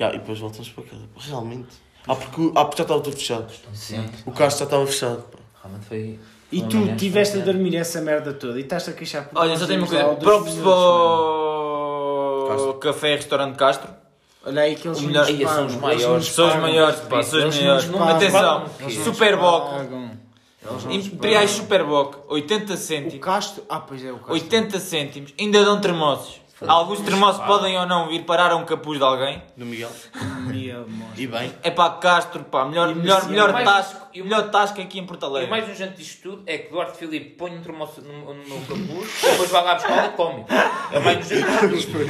S1: Ya, e depois voltámos para casa. Realmente. Ah, porque, o- ah, porque já estava tudo fechado.
S4: Sim.
S1: O carro já estava fechado. pá.
S4: Realmente foi.
S3: E
S4: foi
S3: tu
S4: amanhã,
S3: tiveste a
S4: foi amanhã.
S3: dormir essa merda toda e estás-te a queixar por
S2: Olha, só tenho uma coisa,
S3: Dois
S2: props
S3: minutos,
S2: para
S3: mano.
S2: o Café e Restaurante Castro.
S3: Olha aí que eles
S2: Os melhores-
S3: nos
S4: Aí, são os
S3: pagam,
S4: maiores.
S3: eles nos
S2: São os
S3: pagam.
S2: maiores, pá, são os
S3: Eles
S2: maiores.
S3: nos pagam.
S2: Atenção,
S4: Eles nos
S2: Superboc,
S3: Pagam.
S2: Imperiais Superboc, 80
S3: O
S2: cêntimos.
S3: Castro. Ah, pois é, o Castro.
S2: 80 cêntimos, ainda dão termossos. Alguns termossos podem ou não ir parar a um capuz de alguém.
S1: Do Miguel.
S3: Meu amor.
S1: E bem.
S2: É pá, Castro, pá, melhor, melhor,
S3: mas-
S2: melhor
S4: mas-
S2: tasco, e é o melhor tasco aqui em Porto
S4: E o
S2: Alegre.
S4: mais nojento disto tudo é que Duarte Filipe põe um termoço no, no meu capuz, depois vai lá buscar e come. É o mais nojento disto tudo.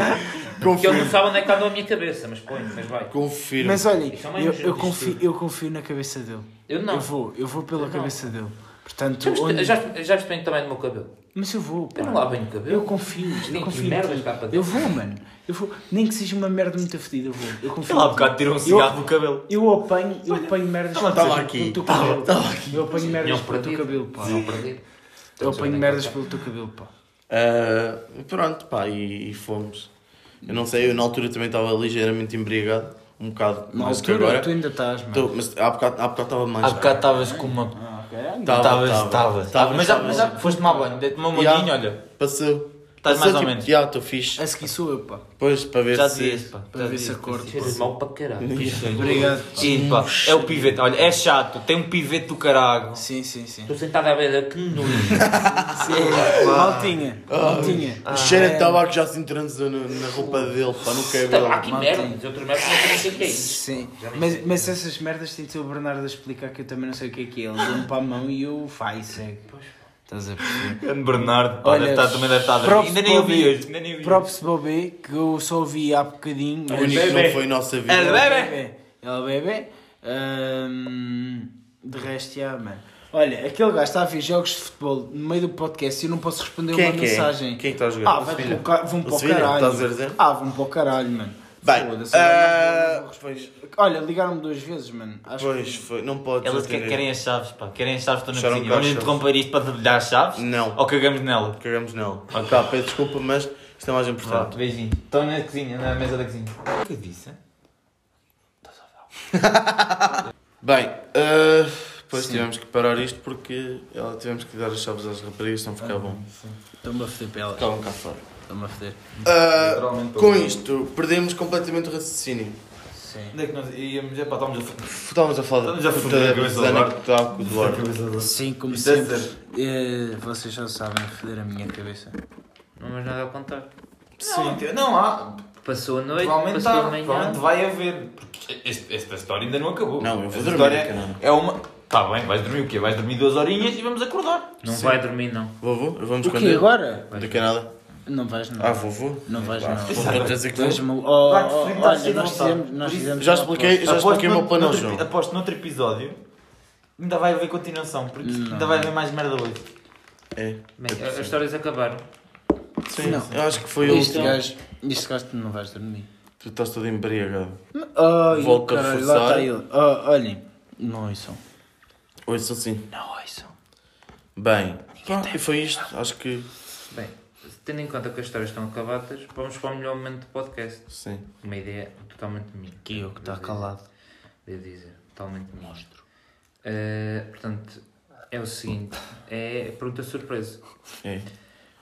S4: Porque ele não sabe onde é que anda a minha cabeça, mas põe, mas vai.
S1: Confirmo.
S3: Mas olhem,
S4: Isso é uma
S3: eu,
S4: injustiça.
S3: eu confio, eu confio na cabeça dele.
S4: Eu não.
S3: Eu vou, eu vou pela cabeça dele.
S4: Já
S3: Portanto,
S4: viste-
S3: onde-
S4: Já já viste bem também do meu cabelo?
S3: mas eu vou. pá.
S4: Eu não lavo bem o cabelo.
S3: Eu confio,
S4: tem
S3: eu
S4: que
S3: confio. em
S4: merdas
S3: ti.
S4: cá para dentro.
S3: eu vou, mano. Eu vou. Nem que seja uma merda muito fedida, eu vou. Eu confio.
S2: Ele há
S3: em ti.
S2: bocado tirou um cigarro do cabelo.
S3: Eu apanho, eu apanho merdas
S1: tava-
S3: pelo
S1: tava
S3: teu-
S1: aqui,
S3: pelo teu
S1: tava-
S3: cabelo.
S1: tava aqui.
S3: Eu apanho merdas
S4: Tinham
S3: pelo teu
S4: perdido.
S3: cabelo, pá.
S4: Tinham perdido.
S3: Eu
S4: é
S3: apanho
S4: tá.
S3: merdas pelo teu cabelo, pá.
S1: Ah, pronto, pá, e, e fomos. Eu não sei, eu na altura também estava ligeiramente embriagado. Um bocado
S3: Na
S1: mais que
S3: altura
S1: agora.
S3: tu ainda estás, mano.
S1: Tô- mas há bocado há bocado estava mais.
S2: Há bocado estavas com uma
S3: Ah, caralho.
S1: Tava,
S2: Estavas,
S1: tava.
S2: estavas.
S1: Tava,
S2: Mas já,
S1: tava.
S2: mas já foste tomar banho, dei-te uma
S1: Ya,
S2: molhinha, olha.
S1: Passou.
S2: Estás
S1: Passou,
S2: mais ou
S1: tipo,
S2: menos.
S1: Já, estou fixe.
S3: A seguir sou eu, pá.
S1: Depois, para ver
S2: Já
S1: se.
S2: dias, pá.
S3: Para ver se acordo.
S4: Cheiras mal é para caralho.
S3: é Obrigado.
S2: Sim, pá. É o pivete, olha, é chato, tem um pivete do caralho.
S3: Sim, sim, sim.
S4: Estou sentado à beira que nojo.
S3: Maltinha, maltinha.
S1: Ah,
S3: É,
S1: O cheiro é
S3: Ah,
S1: de tabaco já se transou na, na roupa dele, pá, não quero ver.
S4: Estava Então, aqui merdas, outras merdas não sei o que é isso.
S3: Sim,
S4: Já nem sei. né?
S3: mas, mas essas merdas tem de ser o Bernardo a explicar que eu também não sei o que é que é. Ele deu-me para a mão e eu faz, segue. Estás a perceber?
S2: Grande Bernardo, pá, deve
S1: tá,
S2: estar, também deve estar. a dormir.
S3: props
S2: Ainda nem
S3: Bobby,
S2: ouvi hoje, ainda nem ouvi.
S3: Props Bobby, que eu só ouvi há bocadinho.
S1: O
S3: mas-
S1: único que
S2: Bebê.
S1: não foi nossa vida.
S2: É bebê.
S3: bebê. Ela bebê. Ahm, de resto, já, mano. Olha, aquele gajo está a ver jogos de futebol no meio do podcast e eu não posso responder
S1: Quem é
S3: uma
S1: que é?
S3: mensagem.
S1: Quem é que está a jogar?
S3: Ah,
S1: O
S3: vai
S1: Sevilha?
S3: para o ca- vão
S1: O
S3: para o
S1: Sevilha?
S3: caralho.
S1: Estás a dizer?
S3: Ah, vão para o caralho, mano.
S1: Bem,
S3: Foda-se, agora
S1: ah,
S3: não vou responder. Olha, ligaram-me duas vezes, mano. Acho
S1: Pois foi, não pode
S2: Elas
S1: ser
S2: que-
S1: que-
S2: querem as chaves, pá. Querem as chaves, estão na
S1: Fecharam
S2: cozinha.
S1: cá as
S2: Vamos
S1: chaves.
S2: interromper isto para dedilhar as chaves?
S1: Não.
S2: Ou cagamos nela?
S1: Cagamos nela. Tá, peço desculpa, mas isto é mais
S2: Vá,
S1: importante.
S2: beijinho. Estão na cozinha, na mesa da cozinha. O que eu disse?
S1: Bem, ah, Depois tivemos que parar isto porque ela, tivemos que dar as chaves às raparigas, senão ficava bom.
S3: Estou-me a foder pela.
S1: Ficavam cá um fora.
S3: Estou-me a foder.
S1: Ah,
S2: Literalmente,
S1: com
S2: eu-
S1: isto, perdemos completamente o raciocínio.
S3: Sim.
S2: Onde é que nós íamos? Epá, estávamos a f-
S1: Estávamos a falar
S2: Estamos a foder a
S1: da
S2: cabeça do
S1: Zana
S2: Duarte.
S1: que está com o Duarte.
S3: Sim, como
S2: Isso é
S3: sempre. eh, vocês já sabem foder a minha cabeça.
S4: Não mais nada a contar.
S2: Não, tio, não há.
S4: Passou a noite,
S2: Provavelmente,
S4: passou
S2: há,
S4: a manhã.
S2: provavelmente vai haver. Porque este- esta história ainda não acabou.
S1: Não, eu vou
S2: Esta
S1: dormir,
S2: história
S1: caralho.
S2: É uma. Tá bem, vais dormir o quê? Vais dormir duas horinhas e vamos acordar.
S4: Não vai dormir, não.
S1: Vovô, eu vou-me
S3: O quê
S1: esconder.
S3: agora?
S1: Daqui a nada.
S3: Não vais não.
S1: Ah, vovô?
S3: Não vais
S1: Pá,
S3: não.
S1: vou tentar dizer que
S3: Tu és
S1: vou.
S3: maluco. Oh,
S2: Vai-te
S3: oh,
S2: fritar
S3: olha,
S2: sem
S3: nós
S2: vontade.
S3: fizemos, nós
S2: Por isso,
S3: fizemos
S1: Já
S3: uma
S1: expliquei,
S3: aposta.
S1: já expliquei o meu
S2: nout-
S1: plano ao
S2: noutro
S1: João.
S2: epi- aposto noutro episódio ainda vai haver continuação, porque
S3: Não.
S2: ainda vai haver mais merda hoje.
S1: É.
S4: Bem, a- as histórias acabaram.
S1: Sim,
S3: Não. é um
S1: eu acho que foi o
S3: Este
S1: último.
S3: gajo, este gajo tu não vais dormir.
S1: Tu estás todo embriagado.
S3: Oh,
S1: Volta a
S3: caralho, lá
S1: forçar.
S3: está ele. Oh, olhem, não ouçam.
S1: Ou isso assim.
S3: Não ouçam.
S1: Bem, pronto, e foi isto. Acho que
S4: Bem, tendo em conta que as histórias estão acabadas, vamos para o melhor momento do podcast.
S1: sim.
S4: Uma ideia totalmente minha.
S3: Que eu que está
S4: Devo-
S3: calado.
S4: Devo dizer, totalmente minha. Mostro. portanto, é o seguinte, é a pergunta surpresa.
S1: É.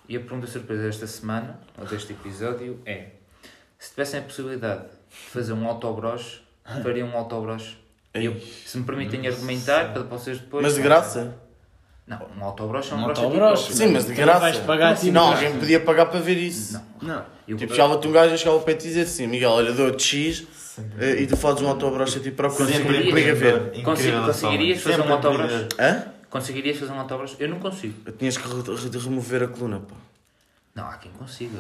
S4: E a pergunta surpresa desta semana, ou deste episódio, é se tivessem a possibilidade de fazer um autobroche, fariam um autobroche?
S1: Ei.
S4: Eu, se me permitem argumentar, para vocês depois...
S1: Mas de graça?
S4: Não, um autobroche é um,
S3: Um
S4: broche
S3: autobroche.
S4: tipo-
S1: Sim, mas de
S3: Tu não
S1: graça.
S3: vais pagar, tipo,
S1: não,
S3: graça.
S1: alguém podia pagar para ver isso.
S3: Não.
S4: E o-
S1: Tipo, chegava-te um gajo e chegava ao pé e dizia assim: Miguel, olha, dou-te X eh, e tu fazes um autobrocha tipo para o
S4: Conseguirias?
S1: comigo a ver.
S2: Incrível,
S4: Consigo-
S2: António.
S4: conseguirias fazer
S2: Sempre
S4: um autobroche?
S2: incrível.
S1: Hã?
S4: Conseguirias fazer um autobroche? Eu não consigo.
S1: Tinhas que re- re- remover a coluna, pá.
S4: Não, há quem consiga.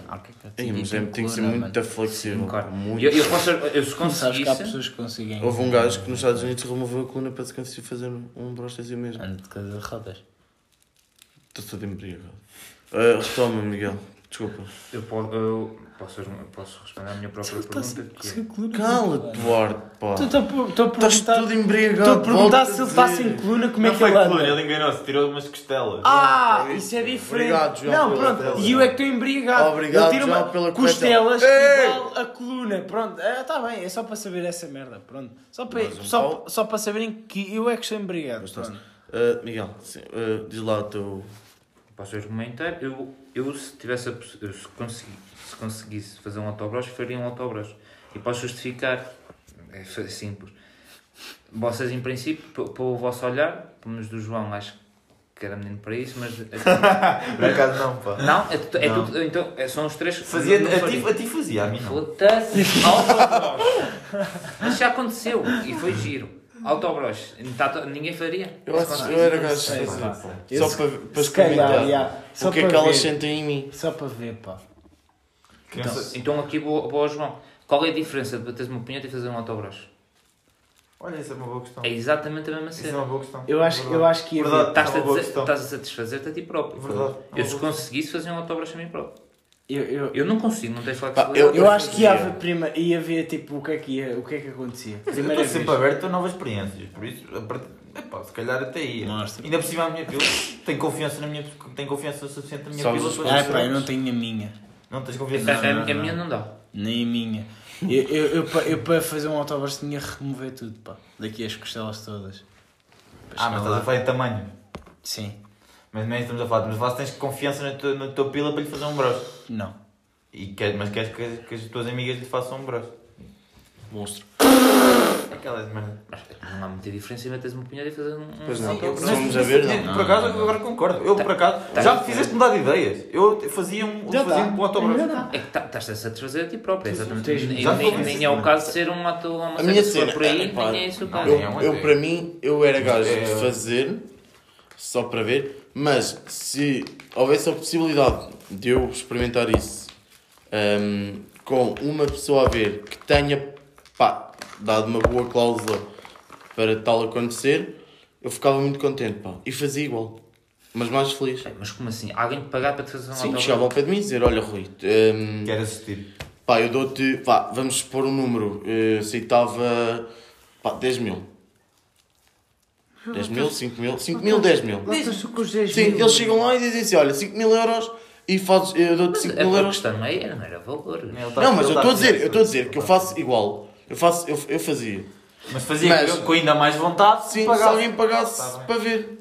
S1: Ei, mas é, tem que ser
S3: coluna,
S1: muito flexível.
S4: Claro.
S1: Muito.
S4: Eu, eu posso, eu
S3: Sabes
S4: se
S3: que há
S4: conseguisse,
S3: pessoas que conseguem.
S1: Houve um gajo que nos Estados Unidos removeu a coluna para se conseguir fazer um, um broche assim
S4: Ah.
S1: mesmo.
S3: Ando de cadeira de rodas.
S1: Estou todo embriagado. Eh, retoma, Miguel. Desculpa.
S4: eu, po- eu posso, posso responder à minha própria pergunta. que é-
S1: Cala-te, Duarte, pá.
S3: Estou a per- estou tá a
S1: Estás
S3: perguntar.
S1: todo embriagado.
S3: Estou a
S1: volta
S3: perguntar se ele
S1: dizer.
S3: está sem coluna, como
S2: Não
S3: é que
S2: foi
S3: ele
S2: coluna,
S3: anda?
S2: ele enganou-se, tirou umas costelas.
S3: Ah, isso é diferente.
S1: Obrigado, João,
S3: Não,
S1: pela
S3: pronto.
S1: tela.
S3: E eu é que estou embriagado.
S1: Obrigado,
S3: Ele tira uma
S1: João, pela
S3: costelas
S1: correção.
S3: igual a coluna. Pronto, está bem. É só para saber essa merda. Pronto. Só para,
S1: Mais um
S3: só,
S1: pau.
S3: só para saberem que eu é que estou embriagado. Pronto.
S1: Eh, Miguel, sim, eh, diz lá o teu.
S4: Posso argumentar? Eu, eu se tivesse a poss- eu, se, consegui, se conseguisse fazer um autobroche, faria um autobroche. E posso justificar. É fa- simples. Vocês, em princípio, p- pelo vosso olhar, pelo menos do João, acho que era menino para isso, mas. eh,
S2: Por acaso não, pá.
S4: [laughs] não, é, tu- é
S2: Não.
S4: tudo. Então, é- são os três que
S2: Fazia,
S4: não
S2: a,
S4: faria.
S2: ti, a ti fazia, a mim não.
S4: Foda-se! Autobroche! Mas já aconteceu e foi giro. Autobroche, Tá to- ninguém faria.
S1: Eu, acho, eu era gajo
S3: sei,
S1: de fazer.
S2: pá.
S1: Só
S3: se-
S1: para, para
S3: se calhar,
S1: experimentar
S3: já. Só
S1: o que é
S3: para
S1: que elas
S3: ver.
S1: sentem em mim.
S3: Só para ver, pá.
S2: Criança-
S4: Então aqui vou, vou ao João. Qual é a diferença de bateres uma punheta e fazer um autobroche?
S2: Olha, isso é uma boa questão.
S4: É exatamente a mesma
S2: Isso é
S4: cena.
S2: uma boa questão.
S3: Eu acho- eu acho que ia
S2: Verdade,
S3: ver.
S4: Estás
S2: é
S4: a,
S2: uma boa
S4: dizer-
S2: questão.
S4: estás a satisfazer-te a ti próprio.
S2: Verdade.
S4: Eu se conseguisse fazer um autobroche a mim próprio.
S3: Eu, eu,
S4: Eu não consigo, não tenho
S1: Pá,
S4: flexibilidade.
S1: eu-
S3: eu acho que ia
S1: fazia.
S3: ver, prima, ia ver tipo, o que é que, ia, o que, é que acontecia.
S2: Eu
S3: Primeira
S2: estou
S3: vez.
S2: sempre aberto a novas experiências, por isso, a partir... Epá, se calhar até ia.
S3: Mostra.
S2: Ainda por cima a minha pila, tenho confiança, na minha... tenho confiança suficiente na minha
S1: Sabes
S2: pila
S1: os
S2: para
S3: Ah, pá, eu não tenho a minha.
S2: Não tens
S4: A,
S2: confiança
S4: a- É, a
S2: nenhuma.
S4: minha não dá.
S3: Nem a minha. Eu, eu, eu, pa- eu para fazer um autobus tinha que remover tudo, pá. Daqui as costelas todas.
S2: Ah, mas estás a falar de tamanho.
S3: Sim.
S2: Mas não é isso que estamos a falar. Mas lá se tens confiança na tua, na tua pila para lhe fazer um broche.
S3: Não.
S2: E quer, mas queres que, que as tuas amigas lhe façam um broche.
S1: Monstro.
S2: Aquelas merda.
S4: Mas Não há muita diferença em bateres uma punheta e fazer um, um
S1: Pois não.
S4: autobroche.
S1: Sim, Somos a ver,
S2: não. tipo,
S1: não.
S2: Por acaso, agora concordo. Eu, por acaso, já me fizeste mudar de ideias. Eu fazia um,
S3: Tá. Já
S2: fazia
S3: tá.
S2: um autobroche.
S3: Já tá.
S4: É que tá- estás a satisfazer a ti próprio, exatamente.
S3: tens-
S4: Nem,
S2: já
S4: nem,
S2: estou
S4: nem é o
S2: convencido.
S4: caso de ser um ato uma
S1: A minha
S4: pessoa
S1: cena.
S4: por aí,
S1: é, pá,
S4: nem é isso o
S2: não,
S4: caso.
S2: nem é
S1: Eu,
S2: uma
S1: eu,
S2: ideia.
S1: para mim, eu era gajo
S2: É.
S1: de fazer só para ver, mas se houvesse a possibilidade de eu experimentar isso hum, com uma pessoa a ver que tenha pá, dado uma boa cláusula para tal acontecer, eu ficava muito contente pá, e fazia igual, mas mais feliz.
S4: Mas como assim? Alguém te pagar para te fazer um
S1: Sim,
S4: autobroche?
S1: chegava ao pé de mim e dizer: Olha, Rui, hum,
S2: Quero assistir.
S1: Pá, eu dou-te. Pá, vamos pôr um número. Eh, aceitava. Pá, 10 mil. 10 mil, 5 mil. 5 mil, 10 mil. Sim, eles chegam lá e dizem assim: olha, 5 mil euros e fazes. Eu dou-te
S4: Mas é
S1: 5
S4: a
S1: mil
S4: a
S1: euros.
S4: questão aí não era valor.
S2: Ele tá-
S1: Não, mas eu
S2: ele tá
S1: estou a dizer,
S2: fiel.
S1: eu estou a dizer que eu faço igual. Eu faço, eu, eu fazia.
S2: Mas fazia
S1: Mas-
S2: com- com ainda mais vontade se
S1: Sim, se
S2: pagasse.
S1: alguém pagasse
S2: Tá bem.
S1: para ver.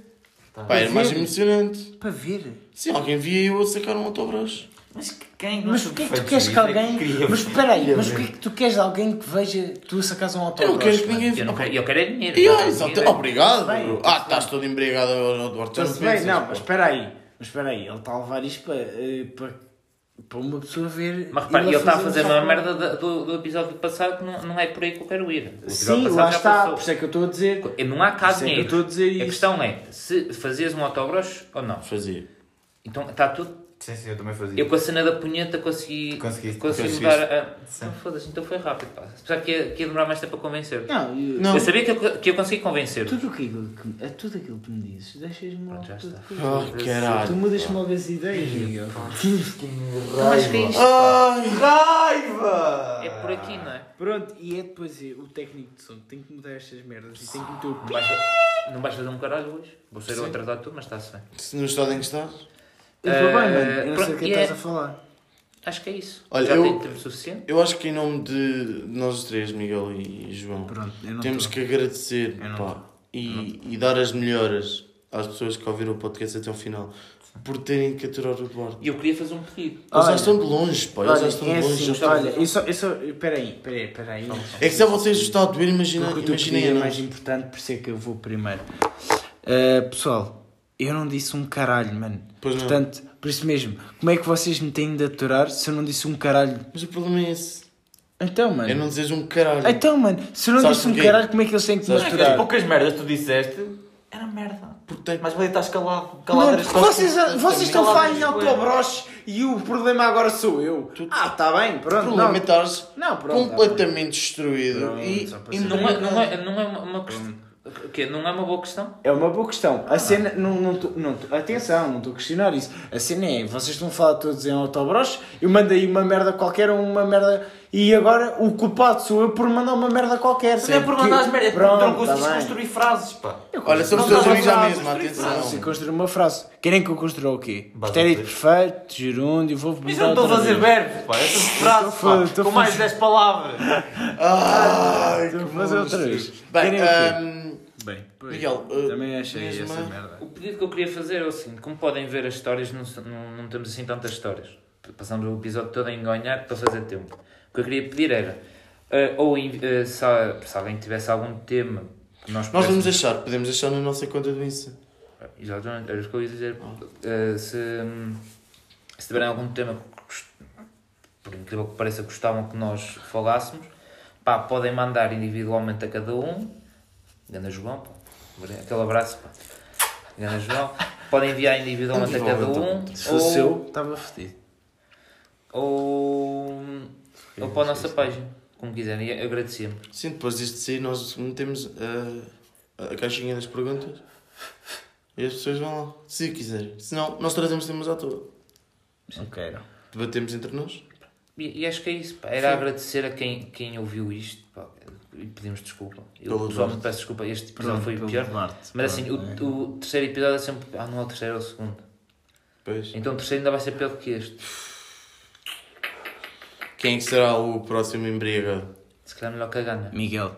S2: Tá
S1: Pá,
S2: bem.
S1: era mais emocionante.
S3: Para ver.
S1: Sim, alguém via eu a sacar um autobrush.
S2: Mas que- quem
S3: Mas
S2: não
S3: o que é que
S2: fez
S3: tu queres
S2: isso?
S3: que alguém.
S2: Eu queria-
S3: Mas espera aí,
S2: queria
S3: mas o
S2: ver.
S3: que é que tu queres de alguém que veja tu sacas um
S1: Eu
S3: autógrafo?
S1: não quero que ninguém
S4: Eu,
S1: veja.
S4: não quero, eu quero é dinheiro.
S1: E,
S4: eu
S1: ah,
S4: quero
S1: exato.
S4: dinheiro.
S1: Obrigado.
S3: Bem,
S1: ah,
S3: está-se
S1: estás todo embriagado, Eduardo. já
S3: Está-se
S1: não
S3: bem,
S1: pensas,
S3: não,
S1: pá.
S3: mas espera aí. Mas espera aí, ele está a levar isto para, eh, para, para uma pessoa ver.
S4: Mas repare,
S3: ele
S4: ele está a fazer
S3: fazer um
S4: uma
S3: só-
S4: merda da- do, do episódio passado que não, não é por aí que eu quero ir. O
S3: Sim,
S4: episódio
S3: lá
S4: passado já
S3: está,
S4: passou.
S3: por isso é que eu estou a dizer.
S4: E Não há
S3: Isso
S4: caso
S3: é que eu
S4: nem
S3: estou a dizer
S4: A
S3: isto.
S4: questão é se fazias um autogrosso ou não.
S1: Fazia.
S4: Então está tudo.
S2: Sim, sim, eu também fazia.
S4: Eu com a cena da punheta consegui.
S2: Conseguiste.
S4: consegui
S1: Conseguiste.
S4: mudar a.
S2: Sim.
S4: Não foda-se, então foi rápido. Pá. Apesar que ia, que ia demorar mais tempo a convencer.
S3: Não, eu-
S1: Não.
S4: Eu sabia que eu, que eu consegui convencer.
S3: Tudo aquilo que, a tudo aquilo que me dizes, deixas-me logo.
S4: Pronto, já
S3: tudo
S4: está.
S3: coisa.
S1: Ah,
S3: Tu
S1: caralho.
S3: mudas-me logo as ideias, Miguel.
S4: Mas que é isto?
S1: Ai,
S2: Ah, Raiva!
S4: É por aqui, não é?
S3: Pronto, e é depois o técnico de som. Tem que mudar estas merdas e tem que meter o
S4: Não vais, não vais fazer um caralho hoje. Vou ser outra da tu, mas está-se bem.
S1: se no estado em que estás.
S3: Eu vou bem, mano.
S4: Eh,
S3: Eu não sei o
S4: pronto,
S3: que
S4: e é-
S3: estás a falar.
S4: Acho que é isso.
S1: Olha,
S4: já
S1: eu-
S4: tem tempo suficiente.
S1: Eu acho que em nome de nós os três, Miguel e João,
S3: Pronto, eu não
S1: temos
S3: tô.
S1: que agradecer pá, e, e dar as melhoras às pessoas que ouviram o podcast até ao final por terem que aturar o Eduardo.
S4: E eu queria fazer um pedido.
S1: Eles já
S3: Olha.
S1: estão de longe, pá. Eles
S3: Olha,
S1: já estão
S3: é
S1: de longe. já
S3: assim,
S1: estão de
S3: olha,
S1: longe.
S3: eu só, eu só, peraí, peraí, peraí.
S1: É que se a vocês estão a doer, imagina-
S3: Porque o teu
S1: imaginem
S3: pedido é
S1: a
S3: mais
S1: nós.
S3: importante, por isso é que eu vou primeiro. Uh, pessoal, eu não disse um caralho, mano.
S1: Pois não.
S3: Portanto, por isso mesmo, como é que vocês me têm de aturar se eu não disse um caralho?
S1: Mas o problema é esse.
S3: Então, mano.
S1: É não dizeres um caralho.
S3: Então, mano, se eu não
S1: Sabes
S3: disse um
S1: porquê?
S3: caralho, como é que eles têm que me
S1: Sabes
S2: Mas as
S3: aturar?
S2: poucas merdas que tu disseste era merda.
S1: Porque tem-
S2: Mas valia estás calado. calado
S3: Não,
S2: eras
S3: porque vocês,
S2: só-
S3: vocês estão
S2: calado
S3: a falar em
S2: eras
S3: autobroche e o problema agora sou eu. Ah, tá bem,
S1: O
S3: pronto.
S1: problema é
S3: Não,
S1: estares
S3: não pronto. tá bem.
S1: completamente destruído
S3: Pronto,
S1: e,
S3: só para
S1: e
S3: ser-
S4: Não é, não é, não é uma, uma questão. O quê? Não é uma boa questão?
S3: É uma boa questão. A cena. Não, não, tô- não, tô- atenção, não estou a questionar isso. A cena é: vocês estão a falar todos em autobroche, eu mandei uma merda qualquer, uma merda. E agora o culpado sou eu por mandar uma merda qualquer.
S2: Não é por mandar as merdas, é porque tu não consegues
S3: tá bem.
S2: construir frases, pá.
S1: Olha, somos
S2: Não,
S1: todos
S2: não,
S1: amigos à
S2: não,
S1: mesma,
S2: não,
S3: Ah, não sei
S1: atenção.
S3: construir uma frase. Querem que eu construa o quê?
S2: Basta
S3: Estérito
S2: dizer.
S3: perfeito, gerúndio, vou
S2: Mas eu não estou a fazer verbos, pá. Eu estou frases,
S3: Estou a fa-
S2: pá.
S3: estou a
S2: Com mais 10 palavras.
S1: Ai,
S3: Estou a
S1: que
S3: fazer outra vez.
S1: monstros.
S3: Querem
S1: Bem,
S3: o quê?
S1: ahm,
S3: Bem, pois,
S1: Miguel, uh,
S3: também achei
S1: mesma-
S3: essa merda.
S4: O pedido que eu queria fazer é o seguinte: como podem ver, as histórias não, são- não, não temos assim tantas histórias. Passamos o episódio todo a enganhar para fazer tempo. O que eu queria pedir era: eh, ou envi- eh, se, há- se alguém tivesse algum tema que nós
S1: nós
S4: pudéssemos-
S1: vamos achar, podemos achar na nossa conta do Insta.
S4: É, Exatamente, era isso que eu ia dizer. Eh, se, hum, se tiverem algum tema que, gost- por incrível que pareça, gostavam que nós falássemos, pá, podem mandar individualmente a cada um. Ganda João, pá. Aquele abraço, pá. Ganda João. Podem enviar individualmente a cada um.
S3: Se fosse
S4: Ou,
S3: eu, estava fodido.
S4: ou, ou para a nossa página, como quiserem. E Agradecemos.
S1: Sim, depois disto sair, nós metemos ah, a caixinha das perguntas e as pessoas vão lá, se quiserem. Se não, nós trazemos temas à toa.
S3: Não quero.
S1: Debatemos entre nós.
S4: E, e acho que é isso, pá. Era agradecer a quem, quem ouviu isto, pá. E pedimos desculpa. Eu
S1: Pelo
S4: pessoalmente peço desculpa. Este episódio
S3: Pronto,
S4: foi o
S3: pelo
S4: pior.
S3: Duarte,
S4: Mas assim,
S3: pronto, é.
S4: o, o terceiro episódio é sempre. Ah, não é o terceiro, é o segundo.
S1: Pois.
S4: Então o terceiro ainda vai ser pior do que este.
S1: Quem é que será o próximo embriagado?
S4: Se calhar melhor que a Gana.
S3: Miguel,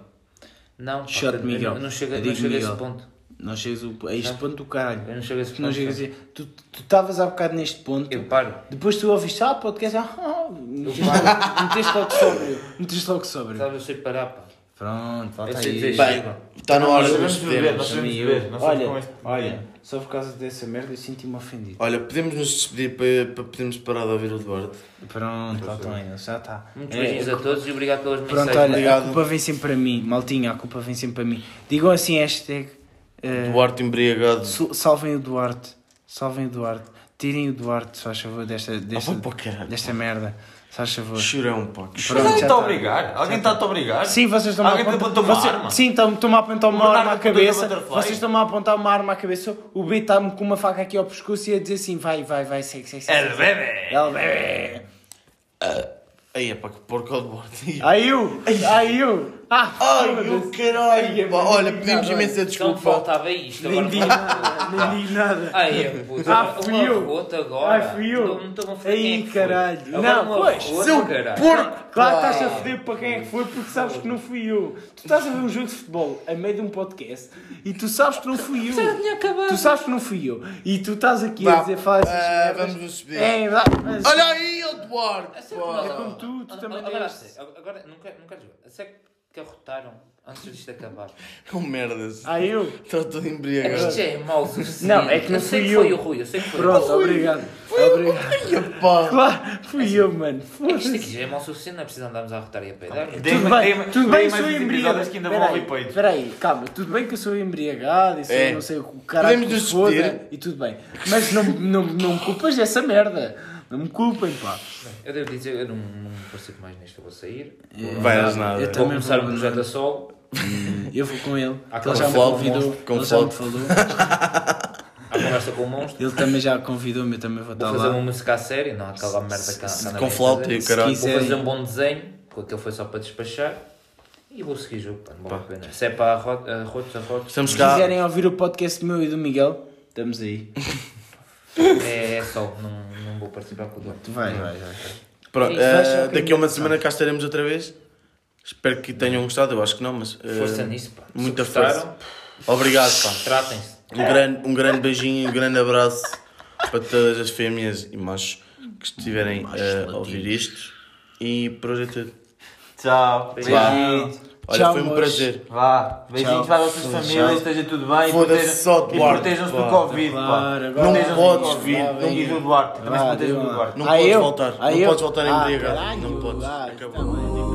S4: Não, pá,
S3: Shot
S4: eu- eu
S3: Miguel.
S4: não- não chega,
S3: Eu
S4: não
S3: digo
S4: chega a esse
S3: Miguel.
S4: ponto.
S3: não chegas o- a este ponto do caralho.
S4: Eu não chego a esse
S3: Tu não
S4: ponto.
S3: chegas a dizer, tu tu estavas há bocado neste ponto,
S4: Eu paro.
S3: depois tu ouviste, ah, podcast, ah, ah, meteste meteste logo sóbrio, meteste logo sóbrio.
S4: Sabe, eu sei parar, pá.
S3: Pronto, volta
S4: Eu
S3: aí.
S4: sei dizer
S1: Bem,
S4: chega.
S1: está na hora
S2: Nós
S1: dos
S2: sabemos beber, nós
S1: temas.
S2: sabemos beber. nós sabemos
S3: Olha,
S2: com este-
S3: olha, só por causa dessa merda eu senti-me ofendido.
S1: Olha, podemos nos despedir para, para podermos parar de ouvir o Eduardo.
S3: Pronto, volta aí, já está.
S4: Muitos
S3: É,
S4: beijinhos a todos e obrigado pelas
S3: Pronto,
S4: mensagens.
S3: olha,
S1: obrigado.
S3: a culpa vem sempre para mim, maltinha, a culpa vem sempre para mim. Digam assim, hashtag, eh,
S1: Duarte embriagado.
S3: su- salvem o Duarte, salvem o Duarte, tirem o Duarte, se faz favor, desta, desta,
S1: Ah, vou para o caralho.
S3: desta merda, se faz favor.
S1: Chorão, pá. que
S3: Pronto,
S2: Mas alguém
S3: já
S2: está a
S3: tá.
S2: obrigar? Alguém está a te obrigar?
S3: Sim, vocês estão-me a
S2: Alguém te
S3: apontar
S2: apontou uma
S3: você-
S2: arma?
S3: Sim, estão- estão-me a apontar uma
S2: Bernardo
S3: arma à
S2: apontou-lhe uma
S3: cabeça.
S2: butterfly?
S3: Vocês estão-me a apontar uma arma à cabeça. O B está-me com uma faca aqui ao pescoço e a dizer assim: vai, vai, vai, segue, segue, segue.
S2: El bebé!
S3: Ele bebe.
S1: [laughs] Aí é pá, que porco ao Duarte.
S3: Aí eu! Aí eu! Ah,
S1: Ai, o
S3: Ai, é
S1: caralho! pá,
S3: bem
S1: Olha,
S3: indignado,
S1: pedimos
S3: olha.
S1: imensa
S4: Então
S1: desculpa.
S4: faltava isto.
S3: nem
S4: Agora
S3: digo nada, nem digo nada.
S4: Ai, é puto.
S3: Ah, fui
S4: uma
S3: eu.
S4: rota agora.
S3: Ah, fui eu.
S4: Não- Não estou a falar
S3: Ai,
S4: quem é que foi.
S3: caralho.
S4: Agora
S3: Não,
S4: uma
S3: pois,
S4: rota,
S1: Seu
S4: caralho.
S1: porco!
S3: Claro que estás a foder para quem é que foi porque sabes que não fui eu. Tu estás a ver um jogo de futebol a meio de um podcast e tu sabes que não fui eu. Tu sabes que não fui eu. E tu estás aqui a
S1: Vá,
S3: dizer faz essas
S1: ah,
S3: merdas.
S1: vamos nos despedir.
S3: É, vá, mas-
S1: Olha aí,
S4: É
S1: Eduardo!
S4: Olha,
S1: pá.
S3: como tu, tu
S4: olha,
S3: É também é
S4: Agora,
S3: deste.
S4: sei, agora não quero, não quero jogar. Se é que carrotaram antes disto acabar.
S1: Com merdas.
S3: Ah, eu?
S1: Está todo
S4: Isto
S1: embriagado.
S4: já é mau o suficiente.
S3: Não, é que não
S4: eu sei
S3: fui
S4: que
S3: eu.
S4: foi o Rui, eu sei que foi o
S3: Pronto,
S4: Rui.
S3: obrigado. Obrigado.
S1: Ai, pá!
S3: Claro, fui eu, mano.
S4: É que Isto
S3: Foda-se.
S4: aqui já é mau o suficiente, não é preciso andarmos a rotar e a peidar.
S3: Tudo bem, tudo bem, sou
S2: embriagado.
S3: embriagado.
S2: que ainda
S3: Espera
S2: vão
S3: aí,
S2: ouvir peidos.
S3: Espera aí, calma, tudo bem que eu sou embriagado e sou
S1: É.
S3: não sei o caralho
S1: Podemos
S3: que
S1: nos
S3: se foda
S1: despedir.
S3: e tudo bem. Mas não, não, não me culpas dessa merda. Não me culpem, pá.
S4: Eu devo dizer, eu não, não me participo mais nisto, eu vou sair.
S1: Vai às nada.
S3: Ah, Eu
S4: Vou
S3: também
S4: começar
S3: vou,
S4: um projeto a solo.
S3: eu vou com ele.
S4: Ah,
S3: ele já
S1: com
S3: me
S1: Flop,
S3: convidou,
S1: com
S3: ele já
S1: Flop.
S3: me falou.
S4: À conversa com o monstro.
S3: Ele também já convidou-me, eu também vou estar
S4: Vou fazer
S1: um
S4: uma
S3: Tá lá.
S4: música a sério, não aquela merda que anda
S1: Com flauta e o caralho.
S3: Se
S4: Vou fazer um
S3: quiserem,
S4: bom desenho, que aquele foi só para despachar. E vou seguir jogo, pá, não vale a pena. Se é para arrotos, arrotos, arrotos,
S1: Estamos
S3: se
S1: cá.
S3: quiserem ouvir o podcast meu e do Miguel, estamos aí.
S4: é, é só, não, não vou participar com o Duarte.
S3: Vai, vai, vai.
S1: Pronto,
S4: Sim,
S1: eh,
S3: fecha o caminho.
S1: daqui a uma semana cá estaremos outra vez. Espero que tenham gostado, eu acho que não, mas. eh,
S4: Força nisso, pá. Se
S1: Muita
S4: gostaram,
S1: força. Obrigado, pá.
S4: Tratem-se.
S1: Um grande, um grande beijinho, um grande abraço para todas as fêmeas e machos que estiverem eh, a ouvir isto. E por hoje é tudo.
S2: Tchau. Beijinhos.
S1: Olha,
S3: Tchau,
S1: foi um
S3: moços.
S1: prazer.
S2: Vá, beijinhos,
S3: Tchau.
S2: vá às vossas famílias, esteja tudo bem. e
S1: Foda-se
S2: proteja-
S1: só,
S2: E
S1: Duarte,
S2: protejam-se do
S1: pá.
S2: Covid, pá.
S3: Claro,
S1: Não
S2: Protejam-se do
S1: podes
S2: Covid.
S1: vir, não
S2: E do Duarte, também se protejam do Duarte.
S1: Não
S3: Ah,
S1: podes
S3: eu?
S1: voltar,
S3: Ah,
S1: não
S3: eu?
S1: podes voltar
S3: Ah,
S1: embriagado.
S3: caralho,
S1: não podes.
S3: ah,
S1: Acabou.
S3: então é tipo-